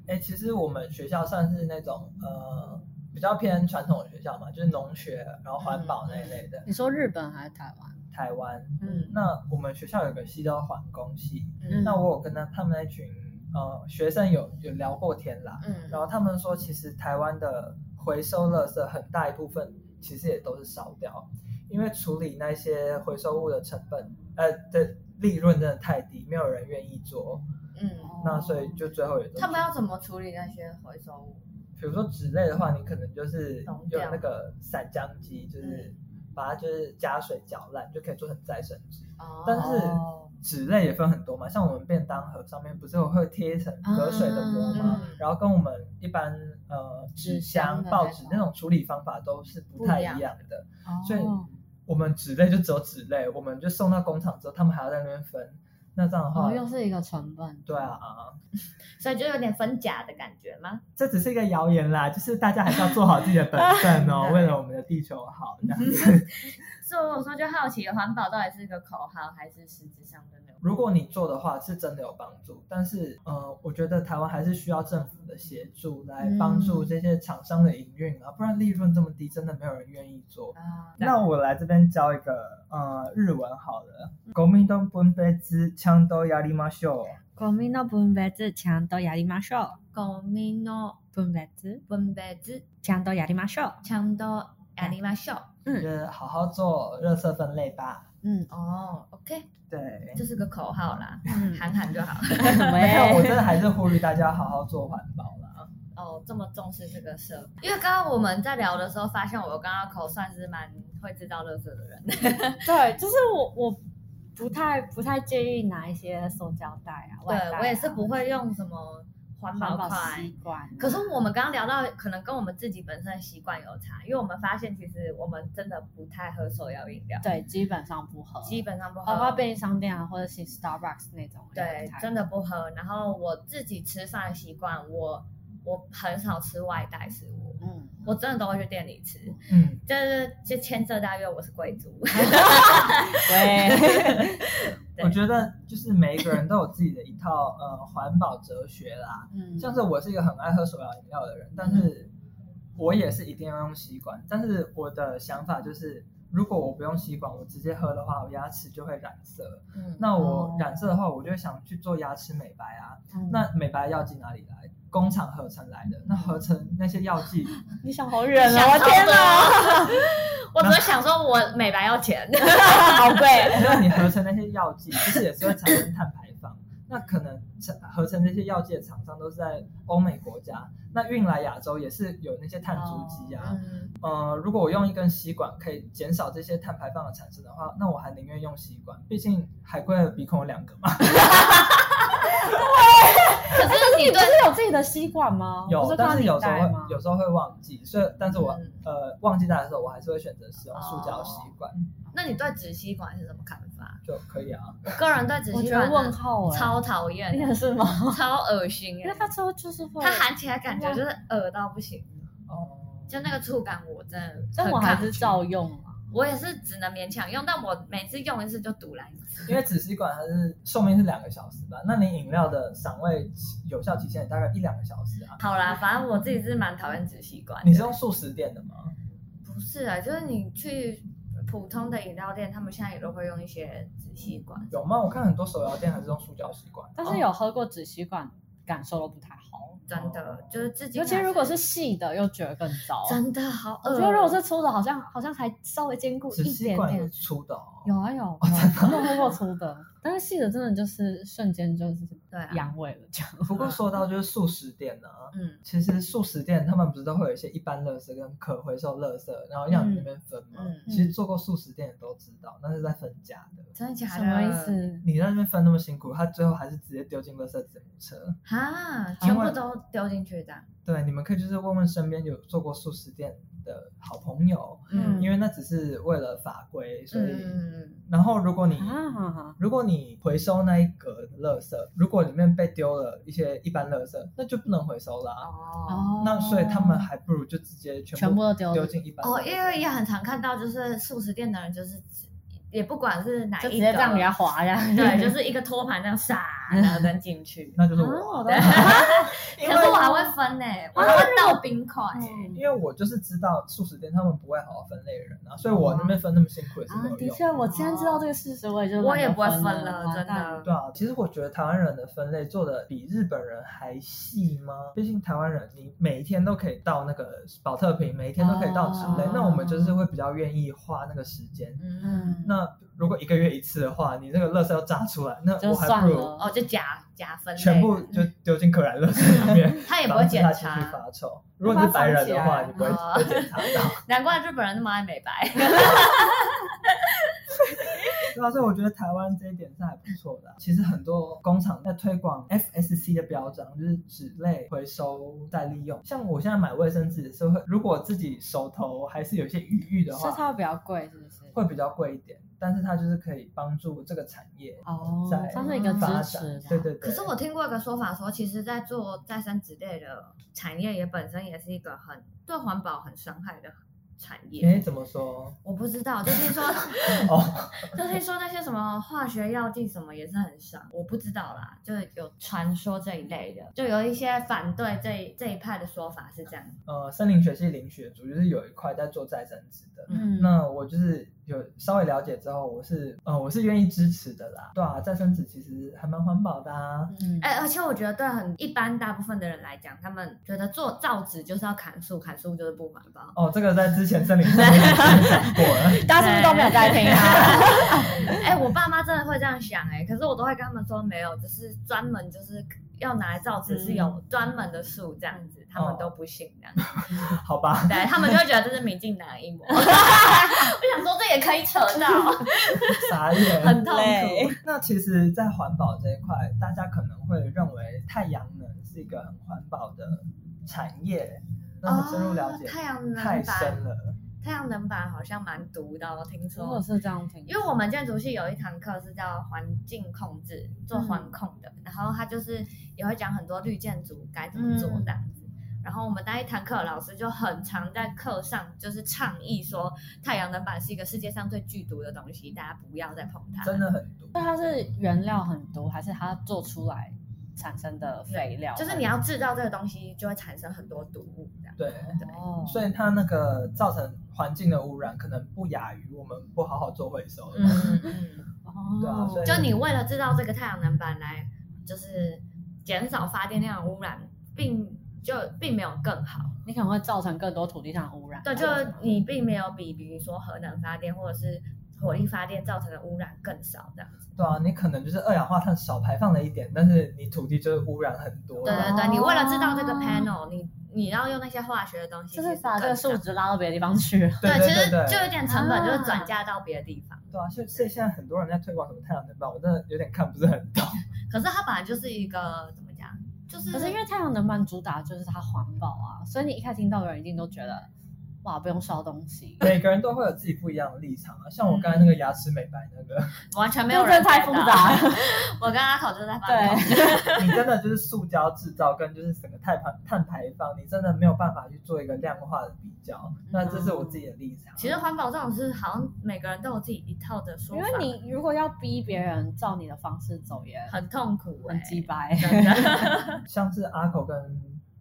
[SPEAKER 2] 哎，其实我们学校算是那种呃比较偏传统的学校嘛，就是农学，然后环保那一类的。
[SPEAKER 3] 你说日本还是台湾？
[SPEAKER 2] 台湾，
[SPEAKER 3] 嗯
[SPEAKER 2] 那我们学校有个系叫环工系，
[SPEAKER 3] 嗯
[SPEAKER 2] 那我有跟他他们那群呃学生有有聊过天啦，
[SPEAKER 1] 嗯
[SPEAKER 2] 然后他们说，其实台湾的回收垃圾很大一部分其实也都是烧掉，因为处理那些回收物的成本，呃的利润真的太低，没有人愿意做，
[SPEAKER 1] 嗯，
[SPEAKER 2] 那所以就最后也都是
[SPEAKER 1] 他们要怎么处理那些回收物？
[SPEAKER 2] 比如说纸类的话，你可能就是
[SPEAKER 1] 懂
[SPEAKER 2] 有
[SPEAKER 1] 掉嗯
[SPEAKER 2] 那个散浆机，就是把它就是加水搅烂，就可以做成再生纸。
[SPEAKER 1] 哦
[SPEAKER 2] 但是纸类也分很多嘛，像我们便当盒上面不是有会贴一层隔水的膜吗？
[SPEAKER 1] 嗯
[SPEAKER 2] 然后跟我们一般呃纸
[SPEAKER 3] 纸
[SPEAKER 2] 箱
[SPEAKER 3] 箱、的
[SPEAKER 2] 报
[SPEAKER 3] 那
[SPEAKER 2] 纸
[SPEAKER 3] 种
[SPEAKER 2] 那种处理方法都是不太
[SPEAKER 1] 不
[SPEAKER 2] 一
[SPEAKER 1] 一样
[SPEAKER 2] 样的。所
[SPEAKER 3] 所
[SPEAKER 2] 以
[SPEAKER 3] 以
[SPEAKER 2] 我们纸类就只有纸类，我们就送到工厂之后，他们还要在那边分。那这样的话，
[SPEAKER 3] 哦，又是一个成本。
[SPEAKER 2] 对啊，啊
[SPEAKER 1] 所以就有点分假的感觉吗？
[SPEAKER 2] 这只是一个谣言啦，就是大家还是要做好自己的本分哦，
[SPEAKER 1] 对
[SPEAKER 2] 为了我们的地球好。这样
[SPEAKER 1] 所以我说就好奇，环保到底是个口号，还是实质上真的有？
[SPEAKER 2] 如果你做的话，是真的有帮助。但是，呃，我觉得台湾还是需要政府的协助来帮助这些厂商的营运啊，不然利润这么低，真的没有人愿意做。
[SPEAKER 1] 啊，
[SPEAKER 2] 那我来这边教一个呃日文好了，国民党分杯之枪都压力马秀，
[SPEAKER 3] 国民の分別ちゃんとやりましょう。
[SPEAKER 1] 狗咪诺
[SPEAKER 3] 分別
[SPEAKER 1] 分别子
[SPEAKER 3] ちゃんとやりましょう。
[SPEAKER 1] 强多亚尼玛秀
[SPEAKER 2] 就
[SPEAKER 3] 嗯
[SPEAKER 2] 是好好做热色分类吧。
[SPEAKER 3] 嗯
[SPEAKER 1] 哦，OK，
[SPEAKER 2] 对，
[SPEAKER 1] 这是个口号啦，
[SPEAKER 3] 嗯，
[SPEAKER 1] 喊喊就 好。
[SPEAKER 2] 没有，我
[SPEAKER 3] 喂，
[SPEAKER 2] 真的还是呼吁大家好好做环保啦。
[SPEAKER 1] 哦，这么重视这个社，因为刚刚我们在聊的时候，发现我刚刚口算是蛮会制造垃圾的 人。
[SPEAKER 3] 对，就是我我不太不太介意拿一些塑胶袋啊，外袋
[SPEAKER 1] 对
[SPEAKER 3] 啊
[SPEAKER 1] 我也是不会用什么环
[SPEAKER 3] 环
[SPEAKER 1] 保
[SPEAKER 3] 保
[SPEAKER 1] 筷
[SPEAKER 3] 习。惯。啊
[SPEAKER 1] 可是我们刚刚聊到，可能跟我们自己本身的习惯有差，因为我们发现其实我们真的不太喝手摇饮料，
[SPEAKER 3] 对，基本上不喝，
[SPEAKER 1] 基本上不喝。呃
[SPEAKER 3] 包括便利商店啊，或者是 Starbucks 那种。
[SPEAKER 1] 哦对，真的不喝。然后我自己吃饭的习惯，我我很少吃外带食物，
[SPEAKER 3] 嗯，
[SPEAKER 1] 我真的都会去店里吃。
[SPEAKER 2] 嗯，
[SPEAKER 1] 就是就牵涉到，因为我是贵族，
[SPEAKER 3] 对，
[SPEAKER 1] 对
[SPEAKER 2] 我觉得就是每一个人都有自己的一套呃环保哲学啦。
[SPEAKER 3] 嗯，
[SPEAKER 2] 像是我是一个很爱喝手摇饮料的人，但是我也是一定要用吸管。但是我的想法就是，如果我不用吸管，我直接喝的话，我牙齿就会染色。
[SPEAKER 1] 嗯，
[SPEAKER 2] 那我
[SPEAKER 3] 哦
[SPEAKER 2] 染色的话，我就会想去做牙齿美白啊。
[SPEAKER 3] 嗯
[SPEAKER 2] 那美白药剂哪里来？工厂合成来的。那合成那些药剂，
[SPEAKER 3] 你想好远
[SPEAKER 1] 想
[SPEAKER 3] 啊！我
[SPEAKER 1] 超
[SPEAKER 3] 天哪，
[SPEAKER 1] 多！我只是想说，我美白要钱，
[SPEAKER 3] 好贵。
[SPEAKER 2] 那你合成那些药剂，其实也是会产生碳排放。那可能成合成这些药剂的厂商都是在欧美国家，那运来亚洲也是有那些碳足迹
[SPEAKER 3] 哦
[SPEAKER 2] 啊。
[SPEAKER 1] 嗯，
[SPEAKER 2] 呃，如果我用一根吸管可以减少这些碳排放的产生的话，那我还宁愿用吸管，毕竟海龟的鼻孔有两个嘛。
[SPEAKER 1] 可是你
[SPEAKER 3] 你不
[SPEAKER 1] 对，
[SPEAKER 3] 是有自己的吸管吗？哦不
[SPEAKER 2] 有，
[SPEAKER 3] 是
[SPEAKER 2] 但
[SPEAKER 3] 放
[SPEAKER 2] 是
[SPEAKER 3] 你
[SPEAKER 2] 有时候
[SPEAKER 3] 带吗
[SPEAKER 2] 会？有时候会忘记，所以但是我、
[SPEAKER 1] 嗯
[SPEAKER 3] 哦嗯
[SPEAKER 2] 呃忘记带的时候，我还是会选择使用塑胶吸管。
[SPEAKER 1] 那你对纸吸管是什么看法？
[SPEAKER 2] 就可以啊。
[SPEAKER 1] 我个人对纸
[SPEAKER 3] 我
[SPEAKER 1] 吸
[SPEAKER 3] 觉得
[SPEAKER 1] 管
[SPEAKER 3] 问
[SPEAKER 1] 真的
[SPEAKER 3] 号哎、
[SPEAKER 1] 超讨
[SPEAKER 3] 你
[SPEAKER 1] 厌
[SPEAKER 3] 也
[SPEAKER 1] 的，
[SPEAKER 3] 是吗？
[SPEAKER 1] 超恶心
[SPEAKER 3] 因
[SPEAKER 1] 哎、
[SPEAKER 3] 为它之啊后就是会，
[SPEAKER 1] 它含起来感觉就是恶到不行，
[SPEAKER 2] 哦，
[SPEAKER 1] 就那个触感我真的很
[SPEAKER 3] 但我还
[SPEAKER 1] 抗
[SPEAKER 3] 是
[SPEAKER 1] 拒
[SPEAKER 3] 照用啊嘛。
[SPEAKER 1] 我也是只能勉强用，但我每次用一次就堵来一次。
[SPEAKER 2] 因为纸吸管它是寿命是两个小时吧，那你饮料的赏味有效期限也大概一两个小时啊。
[SPEAKER 1] 好啦，反正我自己是蛮讨厌纸吸管的。
[SPEAKER 2] 你是用素食店的吗？
[SPEAKER 1] 不是啊？就是你去普通的饮料店，他们现在也都会用一些纸吸管。
[SPEAKER 2] 有吗？我看很多手摇店还是用塑胶吸管。哦
[SPEAKER 3] 但
[SPEAKER 1] 哦
[SPEAKER 3] 是有喝过纸吸管，感受都不太好。
[SPEAKER 1] 真的，就是自己
[SPEAKER 3] 哦尤
[SPEAKER 1] 买。
[SPEAKER 3] 其如果是细的，又觉得更糟。啊
[SPEAKER 1] 真的好恶
[SPEAKER 3] 我
[SPEAKER 1] 哦，
[SPEAKER 3] 觉得如果是粗的，好像好像还稍微兼顾
[SPEAKER 2] 纸
[SPEAKER 3] 一
[SPEAKER 2] 吸
[SPEAKER 3] 点
[SPEAKER 2] 管有
[SPEAKER 3] 点。
[SPEAKER 2] 出的、哦，
[SPEAKER 3] 有啊有，有我有喝过粗的，但是细的真的就是瞬间就是
[SPEAKER 1] 对啊，
[SPEAKER 3] 阳痿了这样。
[SPEAKER 2] 不过说到就是素食店呢、啊，
[SPEAKER 1] 嗯，
[SPEAKER 2] 其实素食店他们不是都会有一些一般垃圾跟可回收垃圾，然后让你那边分吗？
[SPEAKER 1] 嗯嗯
[SPEAKER 2] 其实做过素食店的都知道，那是在分家的。
[SPEAKER 1] 真的假的？
[SPEAKER 3] 什么意？思？
[SPEAKER 2] 你在那边分那么辛苦，他最后还是直接丢进垃圾纸母车。
[SPEAKER 1] 啊，
[SPEAKER 2] 因
[SPEAKER 1] 全
[SPEAKER 2] 为
[SPEAKER 1] 部都丢进去的。
[SPEAKER 2] 对，你们可以就是问问身边有做过素食店的好朋友，
[SPEAKER 1] 嗯，
[SPEAKER 2] 因为那只是为了法规，所以、
[SPEAKER 1] 嗯，
[SPEAKER 2] 然后如果你
[SPEAKER 3] 啊，
[SPEAKER 2] 如果你回收那一格的垃圾，如果里面被丢了一些一般垃圾，那就不能回收啦。
[SPEAKER 1] 哦
[SPEAKER 3] 哦，
[SPEAKER 2] 那所以他们还不如就直接全
[SPEAKER 3] 全部都丢
[SPEAKER 2] 丢进一般
[SPEAKER 1] 哦，
[SPEAKER 2] 垃圾
[SPEAKER 1] 因为也很常看到，就是素食店的人就是也不管是哪一
[SPEAKER 3] 就
[SPEAKER 1] 个，
[SPEAKER 3] 直接这样给它滑下 去。
[SPEAKER 1] 对，就是一个托盘这样 撒，然后扔进去。
[SPEAKER 2] 那就是
[SPEAKER 3] 啊
[SPEAKER 2] 我
[SPEAKER 3] 我
[SPEAKER 2] 啊，
[SPEAKER 3] 都
[SPEAKER 2] 因
[SPEAKER 1] 可
[SPEAKER 2] 为
[SPEAKER 1] 是我还会分呢、我还会倒冰块、
[SPEAKER 3] 哦
[SPEAKER 2] 因为我就是知道素食店他们不会好好分类人啊，所以我那边分那么辛苦也是没
[SPEAKER 3] 哦啊，
[SPEAKER 2] 有
[SPEAKER 3] 的
[SPEAKER 2] 用。
[SPEAKER 3] 确，我今天知道这个事实，我也就懒得
[SPEAKER 1] 我也不会分
[SPEAKER 3] 了，
[SPEAKER 1] 了，
[SPEAKER 3] 完
[SPEAKER 1] 真
[SPEAKER 3] 蛋。
[SPEAKER 1] 的。
[SPEAKER 2] 对啊，其实我觉得台湾人的分类做的比日本人还细吗？毕竟台湾人你每一天都可以到那个保特瓶，每一天都可以到纸类，
[SPEAKER 1] 哦
[SPEAKER 2] 那我们就是会比较愿意花那个时间。
[SPEAKER 1] 嗯，
[SPEAKER 2] 那如果一个月一次的话，你那个垃圾要炸出来，那
[SPEAKER 3] 就
[SPEAKER 2] 我还
[SPEAKER 3] 算
[SPEAKER 2] 不
[SPEAKER 3] 了
[SPEAKER 2] 如
[SPEAKER 1] 哦，就假假分类
[SPEAKER 2] 全部就丢进可燃垃圾里面。
[SPEAKER 1] 他也不
[SPEAKER 2] 防
[SPEAKER 1] 会
[SPEAKER 2] 止
[SPEAKER 1] 检
[SPEAKER 2] 他情绪
[SPEAKER 1] 查，
[SPEAKER 2] 发臭。如果你是白人的话，
[SPEAKER 3] 把
[SPEAKER 2] 你
[SPEAKER 3] 它藏起来
[SPEAKER 2] 不会
[SPEAKER 1] 哦
[SPEAKER 2] 被检查 到。
[SPEAKER 1] 难怪日本人那么爱美白。
[SPEAKER 2] 对啊，所以我觉得台湾这一点是还不错的啊、其实很多工厂在推广 FSC 的标章，就是纸类回收再利用。像我现在买卫生纸的时候，如果自己手头还是有一些余裕的
[SPEAKER 3] 是
[SPEAKER 2] 话，
[SPEAKER 3] 它比较贵，是不是？
[SPEAKER 2] 会比较贵一点，但是它就是可以帮助这个产业
[SPEAKER 3] 哦
[SPEAKER 2] 在，
[SPEAKER 3] 它是一个支
[SPEAKER 2] 发
[SPEAKER 3] 持
[SPEAKER 2] 展
[SPEAKER 3] 的。。
[SPEAKER 2] 对对对。
[SPEAKER 1] 可是我听过一个说法说，其实，在做再生纸类的产业也本身也是一个很对环保很伤害的产业。
[SPEAKER 2] 哎，怎么说？
[SPEAKER 1] 我不知道，就是说，
[SPEAKER 2] 哦，
[SPEAKER 1] 就是说那些什么化学药剂什么也是很伤，我不知道啦，就是有传说这一类的，就有一些反对这一这一派的说法是这样。
[SPEAKER 2] 呃，森林学系林学组就是有一块在做再生纸的，
[SPEAKER 3] 嗯，
[SPEAKER 2] 那我就是有稍微了解之后，我是呃我是愿意支持的啦。对啊，再生纸其实还蛮环保的啊。
[SPEAKER 3] 嗯
[SPEAKER 1] 哎、而且我觉得对很一般大部分的人来讲，他们觉得做造纸就是要砍树，砍树就是不环保。
[SPEAKER 2] 哦，这个在之前森林上面已经讲过了。
[SPEAKER 3] 大家是不是都没有在 听啊？
[SPEAKER 1] 哎、我爸妈真的会这样想哎、可是我都会跟他们说没有，就是专门就是要拿来造纸是
[SPEAKER 3] 嗯
[SPEAKER 1] 有专门的树这样子，他们
[SPEAKER 3] 哦
[SPEAKER 1] 都不信这样子，
[SPEAKER 2] 好吧，
[SPEAKER 1] 对他们就会觉得这是民进党的阴谋。 我想说这也可以扯到，
[SPEAKER 2] 傻眼。
[SPEAKER 1] 很痛
[SPEAKER 3] 累
[SPEAKER 1] 苦。
[SPEAKER 2] 那其实，在环保这一块，大家可能会认为太阳能是一个很环保的产业，那很深入了解、
[SPEAKER 1] 哦太阳能
[SPEAKER 2] 太
[SPEAKER 1] 板，
[SPEAKER 2] 深了。
[SPEAKER 1] 太阳能板好像蛮毒的、哦，听
[SPEAKER 3] 如果
[SPEAKER 1] 说。
[SPEAKER 3] 是这样听，
[SPEAKER 1] 因为我们建筑系有一堂课是叫环境控制，做环控的，然后他就是也会讲很多绿建筑该怎么做
[SPEAKER 2] 嗯
[SPEAKER 1] 这样子。然后我们那一堂课老师就很常在课上就是倡议说，太阳能板是一个世界上最剧毒的东西，大家不要再碰它。
[SPEAKER 2] 真的很毒。
[SPEAKER 3] 那它是原料很多，还是它做出来产生的肥料？
[SPEAKER 1] 就是你要制造这个东西，就会产生很多毒物这样。
[SPEAKER 2] 对，
[SPEAKER 3] 哦，
[SPEAKER 2] 所以它那个造成环境的污染，可能不亚于我们不好好做回收。
[SPEAKER 1] 嗯嗯嗯。
[SPEAKER 3] 哦
[SPEAKER 2] 对啊所 以
[SPEAKER 1] 就你为了制造这个太阳能板来，就是减少发电量的污染，并就并没有更好。
[SPEAKER 3] 你可能会造成更多土地上的污染。
[SPEAKER 1] 对，就你并没有比比如说核能发电或者是火力发电造成的污染更少这样子。
[SPEAKER 2] 对啊，你可能就是二氧化碳少排放了一点，但是你土地就是污染很多。
[SPEAKER 1] 对对对，你为了制造这个 panel，你你要用那些化学的东西，
[SPEAKER 3] 哦
[SPEAKER 1] 其
[SPEAKER 3] 就是
[SPEAKER 1] 实
[SPEAKER 3] 把这
[SPEAKER 1] 更
[SPEAKER 3] 个数
[SPEAKER 1] 少
[SPEAKER 3] 值拉到别的地方 去了。
[SPEAKER 1] 对，
[SPEAKER 2] 对
[SPEAKER 1] 其实
[SPEAKER 2] 对
[SPEAKER 1] 就有点成本，
[SPEAKER 3] 啊
[SPEAKER 1] 就是转嫁到别的地方。
[SPEAKER 2] 对啊，所以所以现在很多人在推广什么太阳能板，我真的有点看不是很懂。
[SPEAKER 1] 可是它本来就是一个怎么讲，就是
[SPEAKER 3] 可是因为太阳能板主打就是它环保啊，所以你一开始听到的人一定都觉得，哇，不用烧东西，
[SPEAKER 2] 每个人都会有自己不一样的立场啊。像我刚才那
[SPEAKER 1] 嗯
[SPEAKER 2] 个牙齿美白那个，
[SPEAKER 1] 完全没有
[SPEAKER 3] 这真
[SPEAKER 1] 人
[SPEAKER 3] 的太
[SPEAKER 1] 知
[SPEAKER 3] 复
[SPEAKER 1] 道
[SPEAKER 3] 杂。了。
[SPEAKER 1] 我跟阿考就在发
[SPEAKER 3] 对
[SPEAKER 1] 疯，
[SPEAKER 2] 你真的就是塑胶制造跟就是整个碳排碳排放，你真的没有办法去做一个量化的比较。那这是我自己的立场。啊
[SPEAKER 1] 其实环保这种事，好像每个人都有自己一套的说
[SPEAKER 3] 因
[SPEAKER 1] 法，
[SPEAKER 3] 为你如果要逼别人照你的方式走，也
[SPEAKER 1] 很痛苦、欸，
[SPEAKER 3] 很鸡掰。
[SPEAKER 1] 真的。
[SPEAKER 2] 像是阿狗跟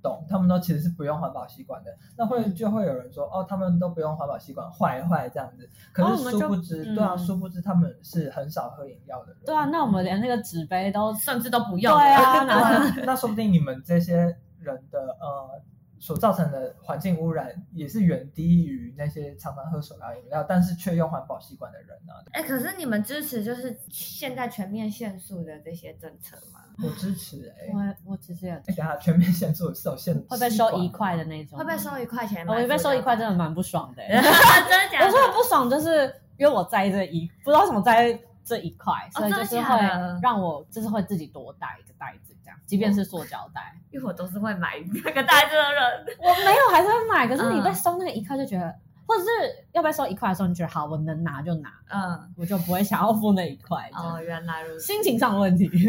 [SPEAKER 2] 董，他们都其实是不用环保吸管的。那会
[SPEAKER 3] 嗯
[SPEAKER 2] 就会有人说，哦，他们都不用环保吸管，坏坏这样子。
[SPEAKER 3] 哦
[SPEAKER 2] 可
[SPEAKER 3] 我
[SPEAKER 2] 是
[SPEAKER 3] 们
[SPEAKER 2] 殊
[SPEAKER 3] 就
[SPEAKER 2] 不知，
[SPEAKER 3] 嗯
[SPEAKER 2] 对啊，殊不知他们是很少喝饮料的人。
[SPEAKER 3] 对啊，那我们连那个纸杯都
[SPEAKER 1] 甚至都不用。
[SPEAKER 3] 对啊
[SPEAKER 2] 对啊，那说不定你们这些人的呃所造成的环境污染也是远低于那些常常喝手摇饮料，但是却用环保吸管的人呢、啊。
[SPEAKER 1] 哎、可是你们支持就是现在全面限速的这些政策吗？
[SPEAKER 2] 我支持哎、欸。
[SPEAKER 3] 我我其实也
[SPEAKER 2] 哎等一下，全面限速是有限，
[SPEAKER 3] 会被收一，块的那种，
[SPEAKER 1] 会被收一块钱
[SPEAKER 3] 哦，
[SPEAKER 1] 吗？
[SPEAKER 3] 我被收一块真
[SPEAKER 1] 的，
[SPEAKER 3] 的蛮不爽 的欸。
[SPEAKER 1] 真的假
[SPEAKER 3] 我
[SPEAKER 1] 的？
[SPEAKER 3] 说的不爽就是因为我在意这一，不知道为什么在意这一块，所
[SPEAKER 1] 哦真
[SPEAKER 3] 以就
[SPEAKER 1] 的
[SPEAKER 3] 是
[SPEAKER 1] 假
[SPEAKER 3] 会
[SPEAKER 1] 的
[SPEAKER 3] 让我就是会自己多带一个袋子这样，即便是塑胶袋，
[SPEAKER 1] 因为我都是会买那个袋子的人，
[SPEAKER 3] 我没有还是会买。可是
[SPEAKER 1] 哦嗯
[SPEAKER 3] 你被收那个一块就觉得，或者是要被收一块的时候，你觉得好，我能拿就拿，
[SPEAKER 1] 嗯，
[SPEAKER 3] 我就不会想要付那一块。这样
[SPEAKER 1] 哦，原来如此，
[SPEAKER 3] 心情上的问题，可是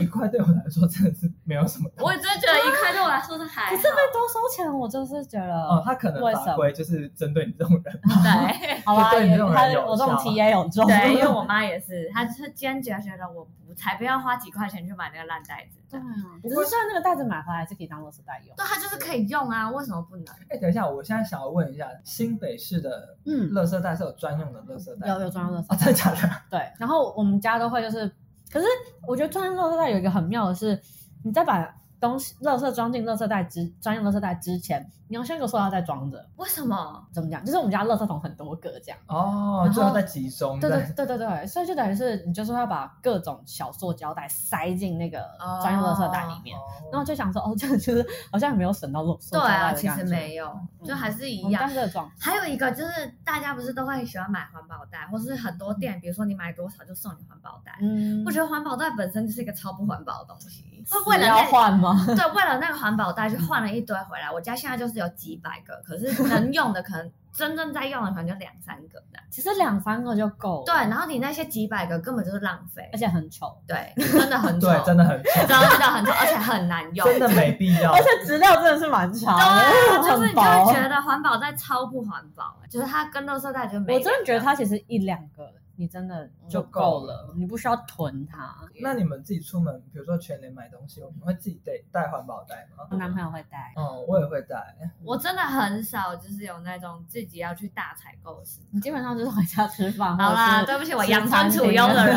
[SPEAKER 2] 一
[SPEAKER 1] 嗯，
[SPEAKER 2] 块对我来说真的是没有什么。
[SPEAKER 1] 我真的觉得一块对我来说是 还好，
[SPEAKER 3] 被多收钱，我就是觉得，
[SPEAKER 2] 哦，他可能
[SPEAKER 3] 嗯为什
[SPEAKER 2] 法
[SPEAKER 3] 么
[SPEAKER 2] 规就是针对你这种人。
[SPEAKER 1] 对。
[SPEAKER 3] 好吧，
[SPEAKER 2] 就对你
[SPEAKER 3] 也
[SPEAKER 2] 这种人
[SPEAKER 3] 他
[SPEAKER 2] 有
[SPEAKER 3] 我这种
[SPEAKER 2] 效啊
[SPEAKER 3] 题也有中，
[SPEAKER 1] 对，因为我妈也是，她是坚决觉得我不才不要花几块钱去买那个烂袋子。
[SPEAKER 3] 对
[SPEAKER 1] 对，
[SPEAKER 3] 啊，只是虽然那个袋子买回来是可以当垃圾袋用，
[SPEAKER 1] 她就是可以用啊，为什么不能？
[SPEAKER 2] 哎、等一下，我现在想要问一下，新北市的
[SPEAKER 3] 嗯，
[SPEAKER 2] 垃圾袋是有专用的垃圾袋？
[SPEAKER 3] 有有装垃圾
[SPEAKER 2] 啊，真的假的？
[SPEAKER 3] 对，然后我们家都会就是，可是我觉得专用垃圾袋有一个很妙的是，你在把东西垃圾装进垃圾袋之专用垃圾袋之前，你要先用塑料袋装着。
[SPEAKER 1] 为什么？
[SPEAKER 3] 怎么讲？就是我们家垃圾桶很多个这样。
[SPEAKER 2] 哦
[SPEAKER 3] 然，后
[SPEAKER 2] 最后再集中
[SPEAKER 3] 对
[SPEAKER 2] 在
[SPEAKER 3] 对对对对，所以就等于是你就是要把各种小塑胶袋塞进那个
[SPEAKER 1] 哦
[SPEAKER 3] 专用垃圾袋里面。
[SPEAKER 2] 哦
[SPEAKER 3] 然后就想说，哦，这样就是好像也没有省到垃圾。
[SPEAKER 1] 对啊，其实没有，
[SPEAKER 3] 嗯
[SPEAKER 1] 就还是一
[SPEAKER 3] 我们
[SPEAKER 1] 样
[SPEAKER 3] 家。是这个状态。
[SPEAKER 1] 还有一个就是，大家不是都会喜欢买环保袋，或是很多店，比如说你买多少就送你环保袋。
[SPEAKER 3] 嗯
[SPEAKER 1] 我觉得环保袋本身就是一个超不环保的东西，会为了
[SPEAKER 3] 为了要
[SPEAKER 1] 那
[SPEAKER 3] 换吗？
[SPEAKER 1] 对为了那个环保袋就换了一堆回来。我家现在就是有几百个，可是能用的可能真正在用的可能就两三个这样。
[SPEAKER 3] 其实两三个就够了。
[SPEAKER 1] 对，哦然后你那些几百个根本就是浪费
[SPEAKER 3] 而，且很丑，
[SPEAKER 1] 对，真的很丑，
[SPEAKER 2] 对，真的 很
[SPEAKER 1] 真的很丑，而且很难用。
[SPEAKER 2] 真的没必要。
[SPEAKER 3] 而且质量真的是蛮差
[SPEAKER 1] 对，啊
[SPEAKER 3] 的，
[SPEAKER 1] 就是
[SPEAKER 3] 很
[SPEAKER 1] 你就会
[SPEAKER 3] 薄。
[SPEAKER 1] 觉得环保袋超不环保，欸就是它跟垃圾袋就没。嗯
[SPEAKER 3] 我真的觉得它其实一两个你真的
[SPEAKER 2] 就
[SPEAKER 3] 够
[SPEAKER 2] 够了
[SPEAKER 3] 了，你不需要囤它。
[SPEAKER 2] 那你们自己出门，比如说全年买东西，我们会自己带带环保袋吗？
[SPEAKER 3] 我男朋友会带，
[SPEAKER 2] 嗯，我也会带。
[SPEAKER 1] 我真的很少，就是有那种自己要去大采购的事。
[SPEAKER 3] 你基本上就是回家吃饭，
[SPEAKER 1] 好啦，
[SPEAKER 3] 或者
[SPEAKER 1] 对不起，我
[SPEAKER 3] 哦吃
[SPEAKER 1] 养尊
[SPEAKER 3] 餐
[SPEAKER 1] 处
[SPEAKER 3] 厅
[SPEAKER 1] 优的人，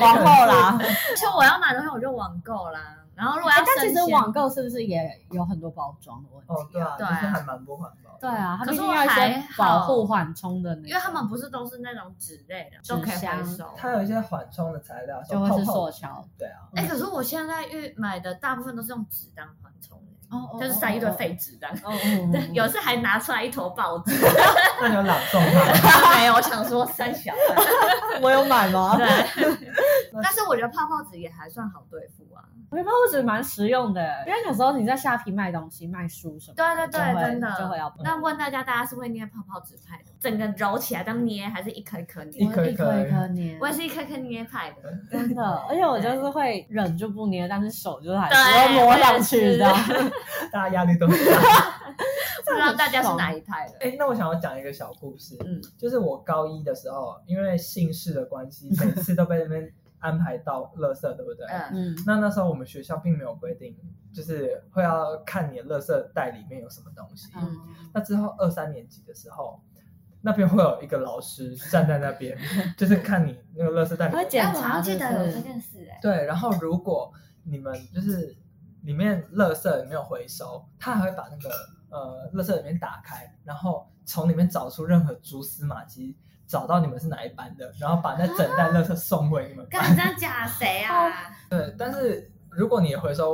[SPEAKER 3] 往后啦。
[SPEAKER 1] 就我要买东西我就网购啦。然后如果要生
[SPEAKER 3] 哎但其
[SPEAKER 1] 鲜，
[SPEAKER 3] 实网购是不是也有很多包装的问
[SPEAKER 2] 哦，
[SPEAKER 3] 题
[SPEAKER 2] 对啊，
[SPEAKER 3] 啊？
[SPEAKER 2] 就
[SPEAKER 1] 对
[SPEAKER 2] 是
[SPEAKER 1] 啊
[SPEAKER 2] 还蛮不环保的。
[SPEAKER 3] 对啊，他
[SPEAKER 1] 可
[SPEAKER 3] 毕
[SPEAKER 1] 是
[SPEAKER 3] 竟
[SPEAKER 1] 我
[SPEAKER 3] 要一
[SPEAKER 1] 还
[SPEAKER 3] 些
[SPEAKER 1] 好
[SPEAKER 3] 保护缓冲的那个，
[SPEAKER 1] 因为他们不是都是那种纸类的，都可以回收。
[SPEAKER 2] 它有一些缓冲的材料，
[SPEAKER 3] 就会是
[SPEAKER 2] 像泡
[SPEAKER 3] 塑
[SPEAKER 2] 泡。
[SPEAKER 3] 胶。
[SPEAKER 2] 对啊，
[SPEAKER 1] 哎、可是我现在遇买的大部分都是用纸当缓冲的，
[SPEAKER 3] 哦
[SPEAKER 1] 就是塞一堆废纸这样。
[SPEAKER 3] 哦。哦哦
[SPEAKER 1] 对， 有次还拿出来一坨报纸，
[SPEAKER 2] 那你有朗诵它？
[SPEAKER 1] 没有，我想说三小的。
[SPEAKER 3] 我有买 吗？
[SPEAKER 1] 对，但是我觉得泡泡纸也还算好对付啊。
[SPEAKER 3] 我觉得包包纸蛮实用的，啊因为有时候你在虾皮卖东西、卖书什么
[SPEAKER 1] 对
[SPEAKER 3] 的，
[SPEAKER 1] 对对
[SPEAKER 3] 就会
[SPEAKER 1] 真的
[SPEAKER 3] 就会要
[SPEAKER 1] 那问大家，大家是会捏泡泡纸派的，整个揉起来当捏，还是一颗一颗
[SPEAKER 2] 一
[SPEAKER 1] 捏？
[SPEAKER 2] 颗
[SPEAKER 3] 一颗一颗捏
[SPEAKER 1] 我，也是一颗颗捏派的。
[SPEAKER 3] 真的，而且我就是会忍住不捏，但是手就是还
[SPEAKER 1] 对
[SPEAKER 3] 是会摸上去 的
[SPEAKER 1] 我。
[SPEAKER 2] 大家压力都很大。
[SPEAKER 1] 不知道大家是哪一派的？
[SPEAKER 2] 哎，那我想要讲一个小故事，
[SPEAKER 1] 嗯，
[SPEAKER 2] 就是我高一的时候，因为姓氏的关系，每次都被那边安排到垃圾，对不对？
[SPEAKER 1] 嗯，
[SPEAKER 3] 嗯，
[SPEAKER 2] 那那时候我们学校并没有规定，就是会要看你的垃圾袋里面有什么东西。
[SPEAKER 3] 嗯
[SPEAKER 2] 那之后二三年级的时候，那边会有一个老师站在那边，就是看你那个垃圾袋里
[SPEAKER 3] 嗯他会
[SPEAKER 2] 面。
[SPEAKER 3] 检
[SPEAKER 1] 哎，我好
[SPEAKER 3] 查
[SPEAKER 1] 像记
[SPEAKER 3] 是不
[SPEAKER 1] 得有这
[SPEAKER 3] 是？
[SPEAKER 1] 件事哎。
[SPEAKER 2] 对，然后如果你们就是里面垃圾没有回收，他还会把那个呃垃圾里面打开，然后从里面找出任何蛛丝马迹，找到你们是哪一班的，然后把那整袋垃圾送回你们
[SPEAKER 1] 干
[SPEAKER 2] 班。
[SPEAKER 1] 真假谁啊？
[SPEAKER 2] 对，但是如果你的回收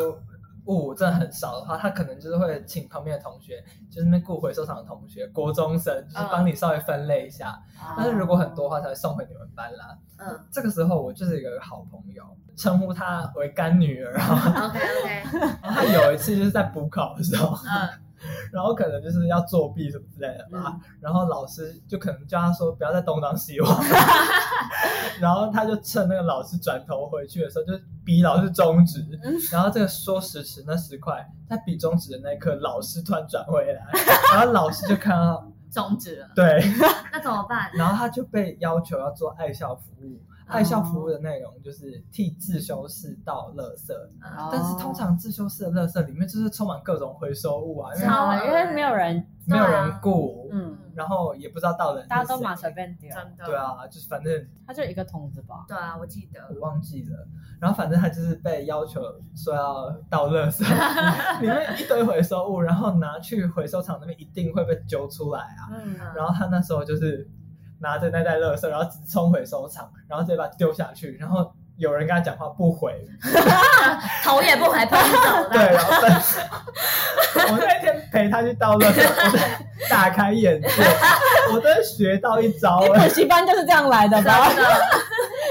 [SPEAKER 2] 物真的很少的话，他可能就是会请旁边的同学，就是那雇回收厂的同学，国中生，就是帮你稍微分类一下。
[SPEAKER 1] 哦
[SPEAKER 2] 但是如果很多的话，才会送回你们班啦。
[SPEAKER 1] 嗯
[SPEAKER 2] 这个时候，我就是有一个好朋友，称呼她为干女儿啊。
[SPEAKER 1] ，OK OK，
[SPEAKER 2] 然后她有一次就是在补考的时候，
[SPEAKER 1] 嗯
[SPEAKER 2] 然后可能就是要作弊什么之类的吧。然后老师就可能叫他说不要再东张西望， 然后他就趁那个老师转头回去的时候，就比老师中指，然后这个说时迟那时快，他比中指的那一刻，老师突然转回来，然后老师就看到
[SPEAKER 4] 终止了。
[SPEAKER 2] 对，
[SPEAKER 1] 那怎么办？
[SPEAKER 2] 然后他就被要求要做爱校服务。爱校服务的内容就是替自修室倒垃圾，
[SPEAKER 1] 嗯
[SPEAKER 3] 哦
[SPEAKER 2] 但是通常自修室的垃圾里面就是充满各种回收物啊，因为
[SPEAKER 1] 超
[SPEAKER 3] 好，因为没有人，
[SPEAKER 2] 没有人顾，
[SPEAKER 3] 嗯，
[SPEAKER 2] 然后也不知道到底是
[SPEAKER 3] 大家都蛮随
[SPEAKER 2] 谁。
[SPEAKER 3] 便丢，
[SPEAKER 4] 真的，
[SPEAKER 2] 对，啊，就是反正
[SPEAKER 3] 它就一个桶子吧。
[SPEAKER 4] 对啊，我记得
[SPEAKER 2] 我忘记了，然后反正他就是被要求说要倒垃 圾，里面一堆回收物，然后拿去回收厂那边一定会被揪出来啊。
[SPEAKER 3] 嗯，
[SPEAKER 2] 然后他那时候就是拿着那袋垃圾，然后直冲回收厂，然后直接把它丢下去，然后有人跟他讲话不回，
[SPEAKER 1] 头也不回，奔 走
[SPEAKER 2] 对，
[SPEAKER 1] 的。
[SPEAKER 2] 然后分手。我那天陪他去倒垃圾，我 在大开眼界，我真的学到一招
[SPEAKER 3] 你
[SPEAKER 2] 了
[SPEAKER 3] 补。习班就是这样来的吧？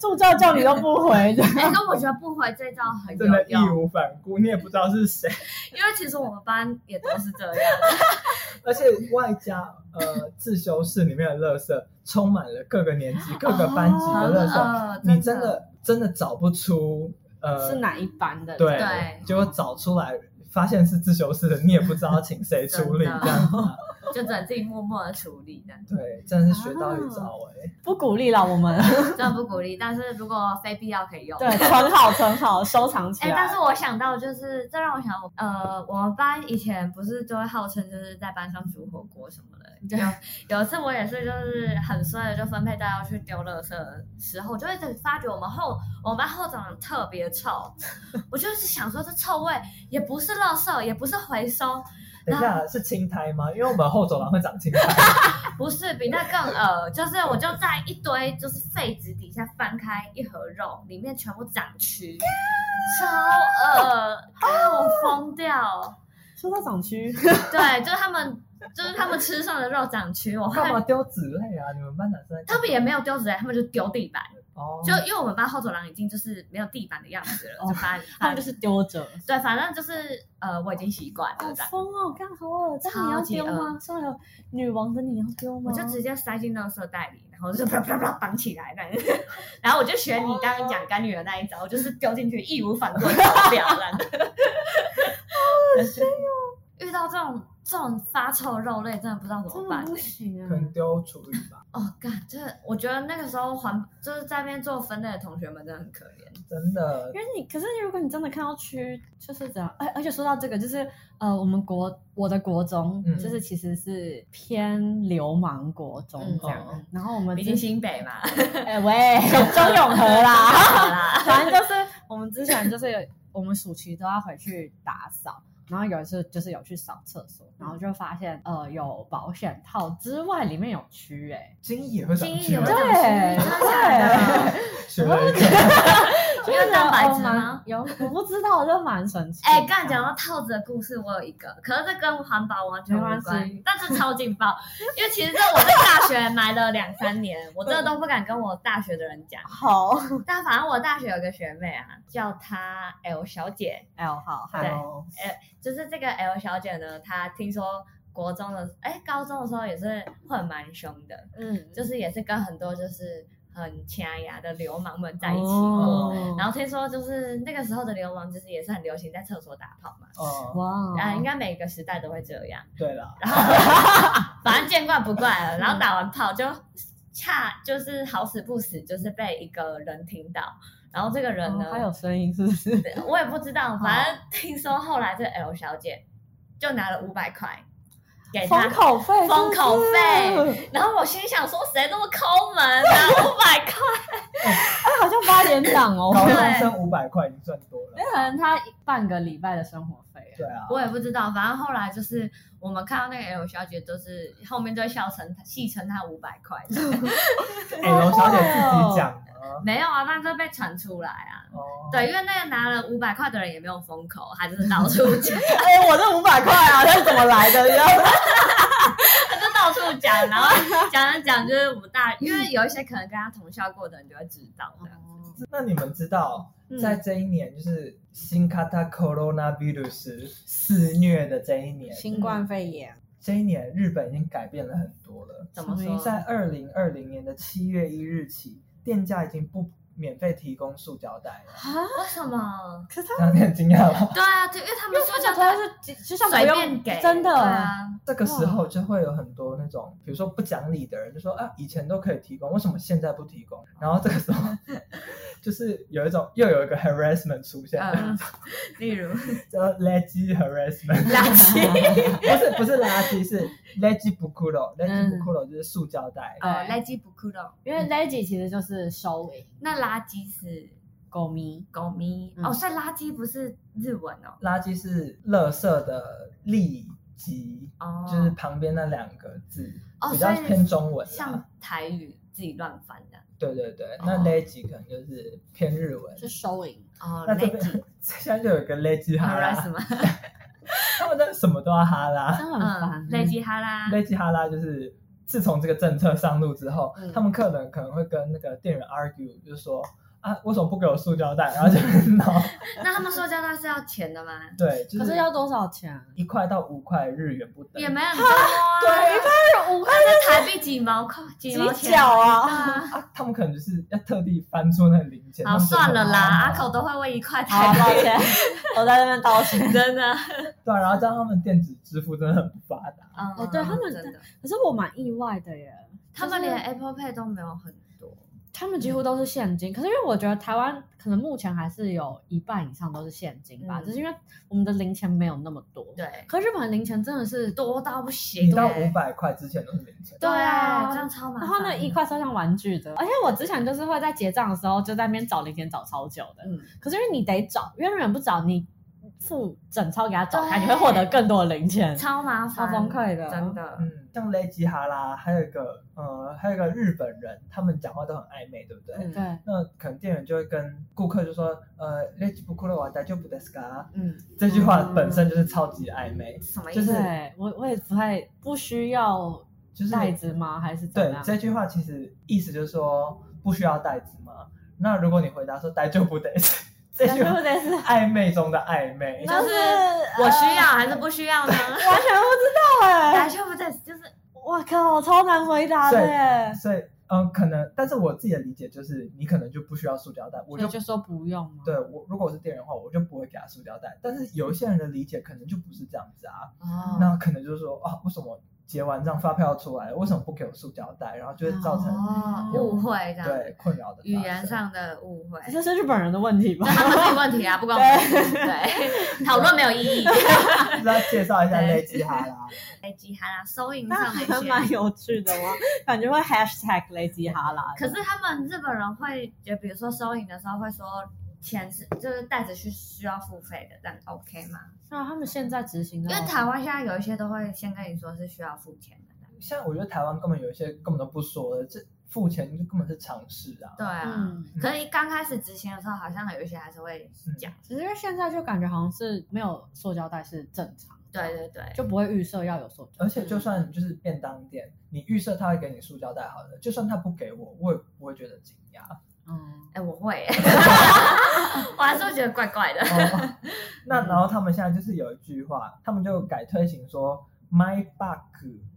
[SPEAKER 3] 助教叫你都不回的，
[SPEAKER 1] 哎，那我觉得不回这招很有
[SPEAKER 2] 真的义
[SPEAKER 1] 用，
[SPEAKER 2] 无反顾，你也不知道是谁，
[SPEAKER 1] 因为其实我们班也都是这样。
[SPEAKER 2] 而且外加呃自修室里面的垃圾充满了各个年级、各个班级的垃圾，
[SPEAKER 1] 呃
[SPEAKER 2] 你哦真的真的找不出 呃
[SPEAKER 3] 啊是哪一班的？
[SPEAKER 2] 对
[SPEAKER 1] 对，
[SPEAKER 2] 结果找出来发现是自修室的，你也不知道请 谁处理
[SPEAKER 1] 真的
[SPEAKER 2] 这样子啊，
[SPEAKER 1] 就只能自己默默的处理这样
[SPEAKER 2] 对，真的是学到一招哎、
[SPEAKER 3] 不鼓励了我们。
[SPEAKER 1] 真的不鼓励。但是如果非必要可以用。
[SPEAKER 3] 对，啊存好存好，收藏起
[SPEAKER 1] 哎、
[SPEAKER 3] 来。
[SPEAKER 1] 但是我想到就是，这让我想到，呃，我们班以前不是都会号称就是在班上煮火锅什么的。
[SPEAKER 3] 对
[SPEAKER 1] 有有一次我也是就是很衰的，就分配大家去丢垃圾的时候，我就一直发觉我们后我们班后长特别臭， 我就是想说这臭味也不是垃圾，也不是回收，
[SPEAKER 2] 等一下是青苔吗？因为我们后走廊会长青苔。
[SPEAKER 1] 不是比那更恶，就是我就在一堆就是废纸底下翻开一盒肉，里面全部长蛆，超恶，让我疯掉。
[SPEAKER 3] 说到长 区，
[SPEAKER 1] 对，就是他们，就是他们吃上的肉长蛆，我
[SPEAKER 2] 干
[SPEAKER 1] 哦看
[SPEAKER 2] 嘛丢纸类啊？你们班男生在干
[SPEAKER 1] 他
[SPEAKER 2] 嘛
[SPEAKER 1] 们也没有丢纸，哎他们就丢地板，
[SPEAKER 2] 哦，
[SPEAKER 1] 就因为我们班后走廊已经就是没有地板的样子了，
[SPEAKER 3] 哦
[SPEAKER 1] 就反
[SPEAKER 3] 他
[SPEAKER 1] 反
[SPEAKER 3] 们 就是丢着。
[SPEAKER 1] 对，反正就是呃，我已经习惯了这样。
[SPEAKER 3] 疯哦，干好恶！这样你要
[SPEAKER 1] 超级
[SPEAKER 3] 丢吗？身为女王的你要丢吗？
[SPEAKER 1] 我就直接塞进垃圾袋里，然后就啪啪啪绑起来，那样 然后我就学你刚刚讲干女儿那一招，就是丢进去义无反顾地丢掉了。 遇到这种这种发臭肉类，真的不知道怎
[SPEAKER 3] 真
[SPEAKER 1] 么
[SPEAKER 3] 的
[SPEAKER 1] 办、
[SPEAKER 3] 不
[SPEAKER 1] 欸。
[SPEAKER 3] 行啊
[SPEAKER 2] 可！能丢厨余吧，
[SPEAKER 1] 哦，干，这我觉得那个时候环就是在那边做分类的同学们真的很可怜。
[SPEAKER 2] 真的
[SPEAKER 3] 因。为你，可是如果你真的看到蛆，就是这样。而而且说到这个，就是呃，我们国我的国中、
[SPEAKER 2] 嗯
[SPEAKER 3] 就是其实是偏流氓国中
[SPEAKER 1] 嗯
[SPEAKER 3] 这样。
[SPEAKER 2] 嗯
[SPEAKER 3] 然后我们
[SPEAKER 1] 毕
[SPEAKER 3] 之
[SPEAKER 1] 竟新北 嘛，
[SPEAKER 3] 哎、喂，周永和 啦，
[SPEAKER 1] 好啦，
[SPEAKER 3] 反正就是我们之前就是有我们暑期都要回去打扫，然后有一次就是有去扫厕所，
[SPEAKER 1] 嗯
[SPEAKER 3] 然后就发现呃有保险套之外里面有蛆哎、
[SPEAKER 2] 金翼也会长
[SPEAKER 1] 金翼
[SPEAKER 2] 蛆
[SPEAKER 1] 有
[SPEAKER 2] 啊，
[SPEAKER 1] 长蛆，真的 假的？
[SPEAKER 2] 学了一个。
[SPEAKER 1] 因为蛋白质吗？
[SPEAKER 3] 哦有，我不知道，就蛮神奇的。
[SPEAKER 1] 哎，刚才讲到套子的故事，我有一个，可是这跟环保完全无
[SPEAKER 3] 没关
[SPEAKER 1] 关
[SPEAKER 3] 系，
[SPEAKER 1] 但是超劲爆。因为其实这我在大学埋了两三年，我真的都不敢跟我大学的人讲。
[SPEAKER 3] 好
[SPEAKER 1] 但反正我大学有个学妹啊，叫她 L 小姐，
[SPEAKER 3] L 好，
[SPEAKER 1] 对
[SPEAKER 2] 哦
[SPEAKER 1] 就是这个 L 小姐呢，她听说国中的哎高中的时候也是混蛮凶的，
[SPEAKER 3] 嗯，
[SPEAKER 1] 就是也是跟很多就是很掐牙的流氓们在一起过。
[SPEAKER 3] 哦
[SPEAKER 1] 然后听说就是那个时候的流氓，就是也是很流行在厕所打炮嘛，
[SPEAKER 2] 哦，
[SPEAKER 3] 哇，
[SPEAKER 1] 啊、应该每个时代都会这样。
[SPEAKER 2] 对了，
[SPEAKER 1] 然后反正见怪不怪了，然后打完炮就恰就是好死不死就是被一个人听到，然后这个人呢，
[SPEAKER 3] 还哦有声音是不是？
[SPEAKER 1] 对我也不知道，反正听说后来这 L 小姐就拿了五百块给他
[SPEAKER 3] 封。口费是不是，
[SPEAKER 1] 封口费然后我心想说，谁那么抠门拿五百块？
[SPEAKER 3] 哎，好像八点档 哦。
[SPEAKER 2] 高
[SPEAKER 1] 对
[SPEAKER 2] 中生五百块已经算多了。
[SPEAKER 3] 那可能他半个礼拜的生活费
[SPEAKER 2] 对啊，
[SPEAKER 1] 我也不知道，反正后来就是我们看到那个 L 小姐，都是后面就笑成戏称她五百块，
[SPEAKER 2] 哎，龙小姐自己讲啊。
[SPEAKER 1] 没有啊，但是被传出来啊。
[SPEAKER 2] 哦，
[SPEAKER 1] 对，因为那个拿了五百块的人也没有封口，他就是到处讲，
[SPEAKER 3] 哎，我这五百块啊，这是怎么来的？你知道吗？
[SPEAKER 1] 他就到处讲，然后讲着讲就是我们大，因为有一些可能跟他同校过的人就会知道的。
[SPEAKER 2] 那你们知道
[SPEAKER 1] 嗯
[SPEAKER 2] 在这一年就是新 kata corona virus 肆虐的这一年，
[SPEAKER 3] 新冠肺炎，
[SPEAKER 2] 这一年日本已经改变了很多了。
[SPEAKER 1] 怎么说？
[SPEAKER 2] 在二零二零年的七月一日起，店家已经不免费提供塑胶袋了。
[SPEAKER 3] 啊，
[SPEAKER 1] 为什么？
[SPEAKER 3] 可 是他
[SPEAKER 2] 大家很惊讶吧？
[SPEAKER 1] 对啊，对，因为他们
[SPEAKER 3] 们
[SPEAKER 1] 说叫
[SPEAKER 3] 说讲
[SPEAKER 1] 他
[SPEAKER 3] 他是就像不
[SPEAKER 1] 随便
[SPEAKER 3] 用
[SPEAKER 1] 给，
[SPEAKER 3] 真的
[SPEAKER 1] 对啊，
[SPEAKER 2] 这个时候就会有很多那种，比如说不讲理的人，就说啊，以前都可以提供，为什么现在不提供？然后这个时 候就是有一种又有一个 harassment 出现，
[SPEAKER 1] 嗯，例如
[SPEAKER 2] 叫垃圾 harassment，
[SPEAKER 1] 垃圾，
[SPEAKER 2] 不是不是垃圾，是垃圾不骷髅，垃圾不骷髅就是塑胶袋。
[SPEAKER 3] 嗯
[SPEAKER 1] 嗯哦，垃圾不酷的，
[SPEAKER 3] 因为 lazy 其实就是收银，
[SPEAKER 1] 那垃圾是
[SPEAKER 3] 狗迷
[SPEAKER 1] 狗咪
[SPEAKER 3] 嗯
[SPEAKER 1] 哦，所以垃圾不是日文哦，
[SPEAKER 2] 垃圾是垃圾的立即，
[SPEAKER 1] 哦，
[SPEAKER 2] 就是旁边那两个字，
[SPEAKER 1] 哦
[SPEAKER 2] 比较
[SPEAKER 1] 所以
[SPEAKER 2] 偏中文啊啦。
[SPEAKER 1] 像台语自己乱翻的
[SPEAKER 2] 对对对，
[SPEAKER 1] 哦
[SPEAKER 2] 那垃圾可能就是偏日文。
[SPEAKER 3] 是收银，
[SPEAKER 1] 哦，
[SPEAKER 2] 那这
[SPEAKER 1] 垃
[SPEAKER 2] 边
[SPEAKER 1] 圾
[SPEAKER 2] 现在就有一个垃圾 哈
[SPEAKER 1] 哈拉
[SPEAKER 2] 拉
[SPEAKER 1] 什，么？
[SPEAKER 2] 他们真的什么都要哈拉。
[SPEAKER 3] 真的很
[SPEAKER 1] 嗯
[SPEAKER 3] 烦，。
[SPEAKER 1] 垃圾哈拉，
[SPEAKER 2] 勒基哈拉就是自从这个政策上路之后，
[SPEAKER 1] 嗯
[SPEAKER 2] 他们客人可能会跟那个店员 argue，就是说啊，为什么不给我塑胶袋？然后就很闹。
[SPEAKER 1] 那他们塑胶袋是要钱的吗？
[SPEAKER 2] 对，就
[SPEAKER 3] 可是
[SPEAKER 2] 是
[SPEAKER 3] 要多少钱？啊
[SPEAKER 2] 一块到五块日元不等。
[SPEAKER 1] 也没很多啊，
[SPEAKER 2] 对啊
[SPEAKER 3] 二五块
[SPEAKER 1] 那台币几毛块，几毛钱？对
[SPEAKER 3] 啊！
[SPEAKER 1] 啊
[SPEAKER 2] 啊，他们可能就是要特地翻出那个零钱。
[SPEAKER 1] 好，
[SPEAKER 2] 他们觉得
[SPEAKER 1] 算了啦，啊
[SPEAKER 2] 很
[SPEAKER 1] 阿
[SPEAKER 2] 好
[SPEAKER 1] 口都会为一块
[SPEAKER 3] 好，
[SPEAKER 1] 台
[SPEAKER 3] 抱
[SPEAKER 1] 币，
[SPEAKER 3] 歉，我在那边道 歉。
[SPEAKER 1] 真的，
[SPEAKER 2] 对啊，然后加上他们电子支付真的很不发达，
[SPEAKER 1] 嗯
[SPEAKER 3] 哦对他们
[SPEAKER 1] 真的，
[SPEAKER 3] 可是我蛮意外的耶，
[SPEAKER 1] 他们
[SPEAKER 3] 就是
[SPEAKER 1] 连 Apple Pay 都没有很多，
[SPEAKER 3] 他们几乎都是现金，可是因为我觉得台湾可能目前还是有一半以上都是现金吧，
[SPEAKER 1] 嗯
[SPEAKER 3] 就是因为我们的零钱没有那么多。
[SPEAKER 1] 对，
[SPEAKER 3] 可是日本的零钱真的是多，
[SPEAKER 1] 多到不
[SPEAKER 2] 你
[SPEAKER 1] 行，
[SPEAKER 2] 到
[SPEAKER 1] 对
[SPEAKER 2] 五百块之前都是零钱。
[SPEAKER 1] 对
[SPEAKER 3] 对啊
[SPEAKER 1] 这样超麻烦。
[SPEAKER 3] 然后呢一，块超像玩具的，而且我之前就是会在结账的时候就在那边找零钱找超久的，
[SPEAKER 1] 嗯，
[SPEAKER 3] 可是因为你得找，因为日本人不找你付整钞给他找他，
[SPEAKER 1] 对
[SPEAKER 3] 你会获得更多的零钱，
[SPEAKER 1] 超麻
[SPEAKER 3] 嗯超
[SPEAKER 1] 烦，
[SPEAKER 3] 崩溃的，哦
[SPEAKER 1] 真的。
[SPEAKER 2] 嗯，像勒基哈拉，还有一个呃，还有一个日本人，他们讲话都很暧昧，对不对？
[SPEAKER 1] 嗯
[SPEAKER 3] 对。
[SPEAKER 2] 那可能店员就会跟顾客就说，呃，レジ袋は大丈夫ですか？
[SPEAKER 1] 嗯，
[SPEAKER 2] 这句话本身就是超级暧昧，
[SPEAKER 3] 嗯
[SPEAKER 1] 什么意
[SPEAKER 2] 就
[SPEAKER 1] 思？
[SPEAKER 2] 是
[SPEAKER 3] 对我我也不太不需要
[SPEAKER 2] 就是
[SPEAKER 3] 袋子吗？还是怎么
[SPEAKER 2] 对
[SPEAKER 3] 样？
[SPEAKER 2] 这句话其实意思就是说不需要袋子吗？那如果你回答说大丈夫です， 这句话
[SPEAKER 3] 对是
[SPEAKER 2] 暧昧中的暧昧，
[SPEAKER 1] 那就是
[SPEAKER 3] 呃
[SPEAKER 1] 我需要还是不需要 呢？
[SPEAKER 3] 完全不知道哎、
[SPEAKER 1] 大丈夫です，就是
[SPEAKER 3] 我靠，超难回答的耶！
[SPEAKER 2] 所以嗯，可能，但是我自己的理解就是你可能就不需要塑胶袋，我
[SPEAKER 3] 所
[SPEAKER 2] 就
[SPEAKER 3] 以就说不用吗？
[SPEAKER 2] 对我如果我是店员的话，我就不会给他塑胶袋。但是有一些人的理解可能就不是这样子啊，
[SPEAKER 1] 哦
[SPEAKER 2] 那可能就是说啊，为什么结完账发票出来，为什么不给我塑胶袋？然后就会造成、
[SPEAKER 3] 嗯
[SPEAKER 1] 哦误会这样，
[SPEAKER 2] 对困扰的
[SPEAKER 1] 语
[SPEAKER 2] 发
[SPEAKER 1] 言
[SPEAKER 2] 生。
[SPEAKER 1] 上的误会，
[SPEAKER 3] 哎这是日本人的问题吧
[SPEAKER 1] 那？他们自己问题啊，不关我们事。对，讨论没有意义。
[SPEAKER 2] 就是要介绍一下
[SPEAKER 1] 对
[SPEAKER 2] 雷吉哈拉，
[SPEAKER 1] 哎，吉哈啦，收银
[SPEAKER 3] 那
[SPEAKER 1] 上
[SPEAKER 3] 还
[SPEAKER 1] 没
[SPEAKER 3] 蛮
[SPEAKER 1] 学。
[SPEAKER 3] 有趣的哦，感觉会 hashtag 雷吉哈拉的。
[SPEAKER 1] 可是他们日本人会，就比如说收银的时候会说钱是就是袋子是需要付费的，这样 OK 吗？
[SPEAKER 3] 那他们现在执行
[SPEAKER 1] 因
[SPEAKER 3] 的，
[SPEAKER 1] 为台湾现在有一些都会先跟你说是需要付钱的。
[SPEAKER 2] 现在我觉得台湾根本有一些根本都不说的，这付钱就根本是常识啊。
[SPEAKER 1] 对啊，
[SPEAKER 3] 嗯，
[SPEAKER 1] 可是刚开始执行的时候，好像有一些还是会讲。
[SPEAKER 3] 只是因为现在就感觉好像是没有塑胶袋是正常的，
[SPEAKER 1] 对对对，
[SPEAKER 3] 就不会预设要有塑胶
[SPEAKER 2] 而
[SPEAKER 3] 袋。
[SPEAKER 2] 且就算就是便当店，你预设他会给你塑胶袋好了，就算他不给我，我也不会觉得惊讶。
[SPEAKER 3] 嗯，
[SPEAKER 1] 哎，我会，我还是会觉得怪怪的。
[SPEAKER 2] 哦、 那然后他们现在就是有一句话，他们就改推行说 “my bag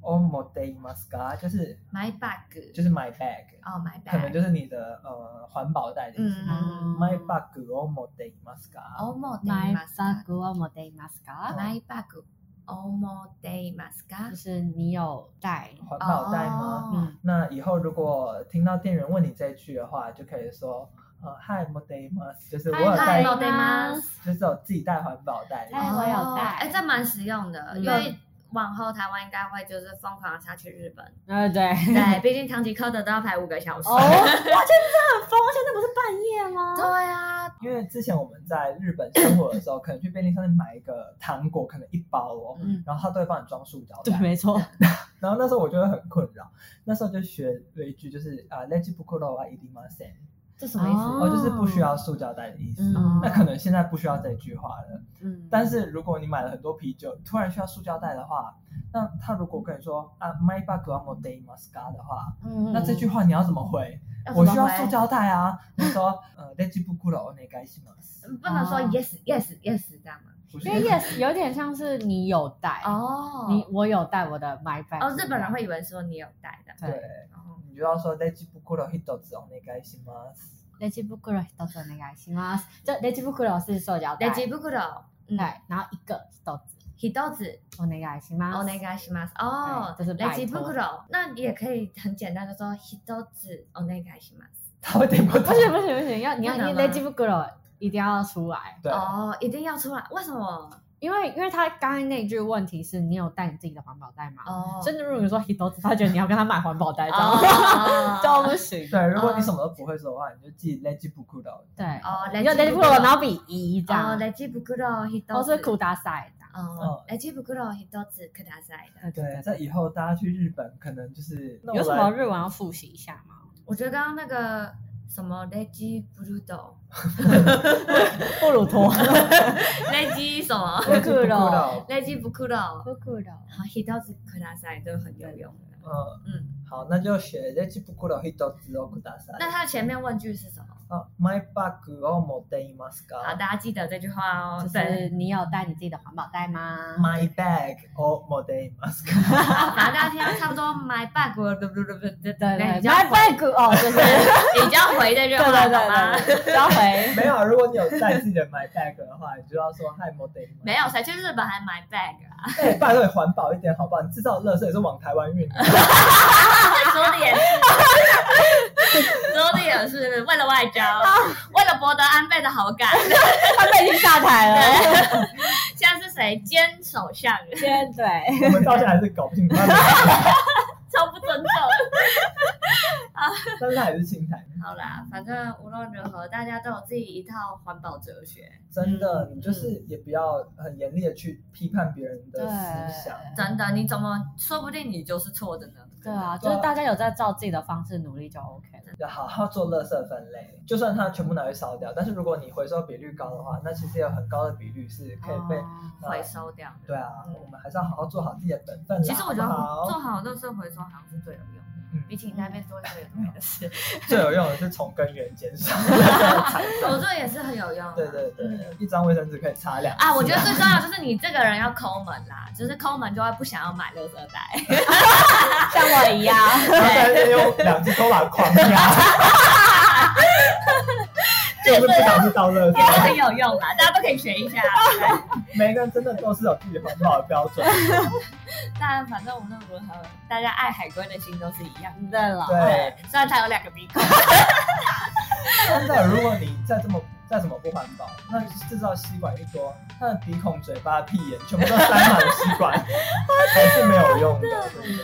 [SPEAKER 2] o m o day mask”，就是
[SPEAKER 1] 买 bag，
[SPEAKER 2] 就是 “my bag”，
[SPEAKER 1] 哦，买
[SPEAKER 2] 可能
[SPEAKER 1] bag，
[SPEAKER 2] 就是你的呃环保袋的意思。
[SPEAKER 1] 嗯
[SPEAKER 2] My bag almost day mask。
[SPEAKER 1] 哦，莫得
[SPEAKER 3] 买
[SPEAKER 1] 马斯
[SPEAKER 3] 萨古阿莫德马斯卡，
[SPEAKER 1] マイバッグ、オモデイマスカ
[SPEAKER 3] 就。是你有带，
[SPEAKER 2] 环保袋吗？
[SPEAKER 1] 哦
[SPEAKER 3] 嗯，
[SPEAKER 2] 那以后如果听到店员问你这一句的话，就可以说呃 Hi m o day mask，就是我有
[SPEAKER 1] 嗨
[SPEAKER 2] 带，
[SPEAKER 1] モデイマス。
[SPEAKER 2] 就是我自己带环保袋。
[SPEAKER 3] 嗨我有带
[SPEAKER 1] 哎，这蛮实用的，
[SPEAKER 3] 嗯
[SPEAKER 1] 因为往后台湾应该会就是疯狂地杀去日本。
[SPEAKER 3] 呃， 对，
[SPEAKER 1] 对，毕竟唐吉诃德都要排五个小时。
[SPEAKER 3] 哦，哇，现在很疯，现在不是半夜 吗？
[SPEAKER 1] 对啊，
[SPEAKER 2] 因为之前我们在日本生活的时候， 可能去便利商店买一个糖果，可能一包哦，
[SPEAKER 3] 嗯
[SPEAKER 2] 然后他都会帮你装塑胶
[SPEAKER 3] 对，
[SPEAKER 2] 袋。
[SPEAKER 3] 没错，
[SPEAKER 2] 然后那时候我就会很困扰，那时候就学了一句，就是啊，レジ袋は入りません。
[SPEAKER 1] 这什么意思？
[SPEAKER 3] 哦
[SPEAKER 2] 哦，就是不需要塑胶袋的意思。
[SPEAKER 3] 嗯
[SPEAKER 2] 那可能现在不需要这句话了，
[SPEAKER 3] 嗯，
[SPEAKER 2] 但是如果你买了很多啤酒，突然需要塑胶袋的话，那他如果跟你说啊，my bag a m o day m a s c a 的话，
[SPEAKER 1] 嗯
[SPEAKER 2] 那这句话你要怎么回？
[SPEAKER 1] 要
[SPEAKER 2] 我
[SPEAKER 1] 怎
[SPEAKER 2] 需
[SPEAKER 1] 么
[SPEAKER 2] 要
[SPEAKER 1] 回
[SPEAKER 2] 塑胶袋啊！你说呃，leji b u k u r o n e g a i s h m a s
[SPEAKER 1] 嗯不能说
[SPEAKER 3] 哦
[SPEAKER 1] yes yes yes 这样吗？
[SPEAKER 2] 不是
[SPEAKER 3] 因为 yes 有点像是你有带，
[SPEAKER 1] 哦
[SPEAKER 3] 你我有带我的 my bag，
[SPEAKER 1] 哦，日本人会以为说你有带的，
[SPEAKER 2] 对，
[SPEAKER 1] 哦
[SPEAKER 2] 你就要说 leji b u k u r o hito z o n e g a i s h m a s
[SPEAKER 3] レジ袋 一つお願いします。就レジ袋是塑胶袋，
[SPEAKER 1] レジ袋、
[SPEAKER 3] 对，然后一个一つ
[SPEAKER 1] ひとつ、
[SPEAKER 3] お願いします。
[SPEAKER 1] お願いします。哦
[SPEAKER 3] 对，就是
[SPEAKER 1] レ
[SPEAKER 3] 拜
[SPEAKER 1] ジ
[SPEAKER 3] 托
[SPEAKER 1] 袋，那你也可以很简单的说ひとつお願いします。
[SPEAKER 2] 他会听不懂
[SPEAKER 3] 不。行不行不行，要你要
[SPEAKER 1] 不能
[SPEAKER 3] 你
[SPEAKER 1] 吗
[SPEAKER 3] レジ袋一定要出来，
[SPEAKER 2] 对，
[SPEAKER 1] 哦，一定要出来，为什么？
[SPEAKER 3] 因为因为他刚才那句问题是你有带你自己的环保袋吗？
[SPEAKER 1] 哦，
[SPEAKER 3] 甚至如果你说 h i t o 他觉得你要跟他买环保袋，这样、
[SPEAKER 1] 哦
[SPEAKER 3] 这样不行。
[SPEAKER 2] 对，如果你什么都不会说的话，你就记 leji b u k u r o
[SPEAKER 3] 对，
[SPEAKER 1] 哦，
[SPEAKER 3] 你
[SPEAKER 1] レ
[SPEAKER 3] 就
[SPEAKER 1] ジ
[SPEAKER 3] レジ袋，然后比哦一这
[SPEAKER 1] 哦，
[SPEAKER 3] 样，
[SPEAKER 1] レジ袋ひ
[SPEAKER 3] 都
[SPEAKER 1] と
[SPEAKER 3] 是
[SPEAKER 1] つ。
[SPEAKER 3] 苦大赛的。
[SPEAKER 1] 哦，レジ袋ひとつください。
[SPEAKER 3] 嗯
[SPEAKER 2] 对，在以后大家去日本，可能就是
[SPEAKER 3] 有什么日文要复习一下吗？
[SPEAKER 1] 我觉得刚刚那个什么レジ 袋、
[SPEAKER 3] 布 鲁托，
[SPEAKER 1] レジ什么、
[SPEAKER 2] leji bukuro，
[SPEAKER 1] レジ袋、
[SPEAKER 3] 布鲁托。
[SPEAKER 1] 好ひとつください都很有用。
[SPEAKER 2] 嗯
[SPEAKER 1] 嗯，
[SPEAKER 2] 好，那就写 leji bukuro hito z o k u d a s
[SPEAKER 1] 那它前面问句是什么？
[SPEAKER 2] 啊，my bag o mo day m a s
[SPEAKER 1] 好，
[SPEAKER 2] a
[SPEAKER 1] 大家记得这句话哦
[SPEAKER 3] 就。
[SPEAKER 1] 对，
[SPEAKER 3] 是你有带你自己的环保袋吗？
[SPEAKER 2] my bag o mo day m a s a
[SPEAKER 1] 好反正大家听到差不多 my bag，对不对？对对
[SPEAKER 3] 对对
[SPEAKER 1] 对，
[SPEAKER 3] 对
[SPEAKER 1] 你就要
[SPEAKER 3] ，my
[SPEAKER 1] 回，
[SPEAKER 3] bag 哦，就是
[SPEAKER 1] 你就要回这句
[SPEAKER 3] 对
[SPEAKER 1] 话，
[SPEAKER 3] 对对
[SPEAKER 1] 好吗？
[SPEAKER 3] 对对，要 回
[SPEAKER 2] 没有啊，如果你有带自己的 my bag 的话，你就要说 hi mo day。
[SPEAKER 1] 没有，谁去日本还 my bag 啊？
[SPEAKER 2] 哎，拜托你环保一点好不好？你制造垃圾也是往台湾 运的。
[SPEAKER 1] 说的也是，说的也是，为了外交，为了博得安倍的好感。
[SPEAKER 3] 他们已经下台了。
[SPEAKER 1] 对，现在是谁兼首相？
[SPEAKER 3] 先对，
[SPEAKER 2] 我们到现在还是搞不清楚，但是
[SPEAKER 1] 超不尊重。
[SPEAKER 2] 但是它还是青苔。
[SPEAKER 1] 好啦，反正无论如何，大家都有自己一套环保哲学，
[SPEAKER 2] 真的，你就是也不要很严厉的去批判别人的思想。
[SPEAKER 1] 真的，你怎么说不定你就是错的呢？
[SPEAKER 3] 对啊，就是大家有在照自己的方式努力就 OK 了。
[SPEAKER 2] 要好好做垃圾分类，就算它全部拿去烧掉，但是如果你回收比率高的话，那其实有很高的比率是可以被、
[SPEAKER 3] 哦
[SPEAKER 2] 呃
[SPEAKER 1] 回。收掉的。
[SPEAKER 2] 对啊，
[SPEAKER 1] 嗯
[SPEAKER 2] 我们还是要好好做好自己的本分啦。
[SPEAKER 1] 其实我觉得
[SPEAKER 2] 好不
[SPEAKER 1] 做
[SPEAKER 2] 好
[SPEAKER 1] 好垃圾回收好像是最有用的，
[SPEAKER 2] 嗯
[SPEAKER 1] 比起你那边做一堆有的没的事，
[SPEAKER 2] 最有用的是从根源减少财
[SPEAKER 1] 我
[SPEAKER 2] 富。
[SPEAKER 1] 做也是很有用、啊。
[SPEAKER 2] 对对对
[SPEAKER 1] 嗯，
[SPEAKER 2] 一张卫生纸可以擦两次
[SPEAKER 1] 啊，我觉得最重要就是你这个人要抠门啦，就是抠门就会不想要买垃圾袋。
[SPEAKER 3] 像我一 样，
[SPEAKER 2] 然后但是 啊 用两只手把它狂压，啊就是不想去倒垃
[SPEAKER 1] 也是
[SPEAKER 2] 圾。
[SPEAKER 1] 很有用 啦，大家都可以学一下。
[SPEAKER 2] 每个人真的都是有自己环保的标准。
[SPEAKER 1] 但反正无论如何，大家爱海龟的心都是一样。
[SPEAKER 3] 对了，
[SPEAKER 2] 对。
[SPEAKER 1] 虽然它有两个鼻孔，
[SPEAKER 2] 真的，如果你再这么再怎么不环保，那制造吸管一多， 它的鼻孔、嘴巴、屁眼全部都塞满了吸管，还是没有用的。对不对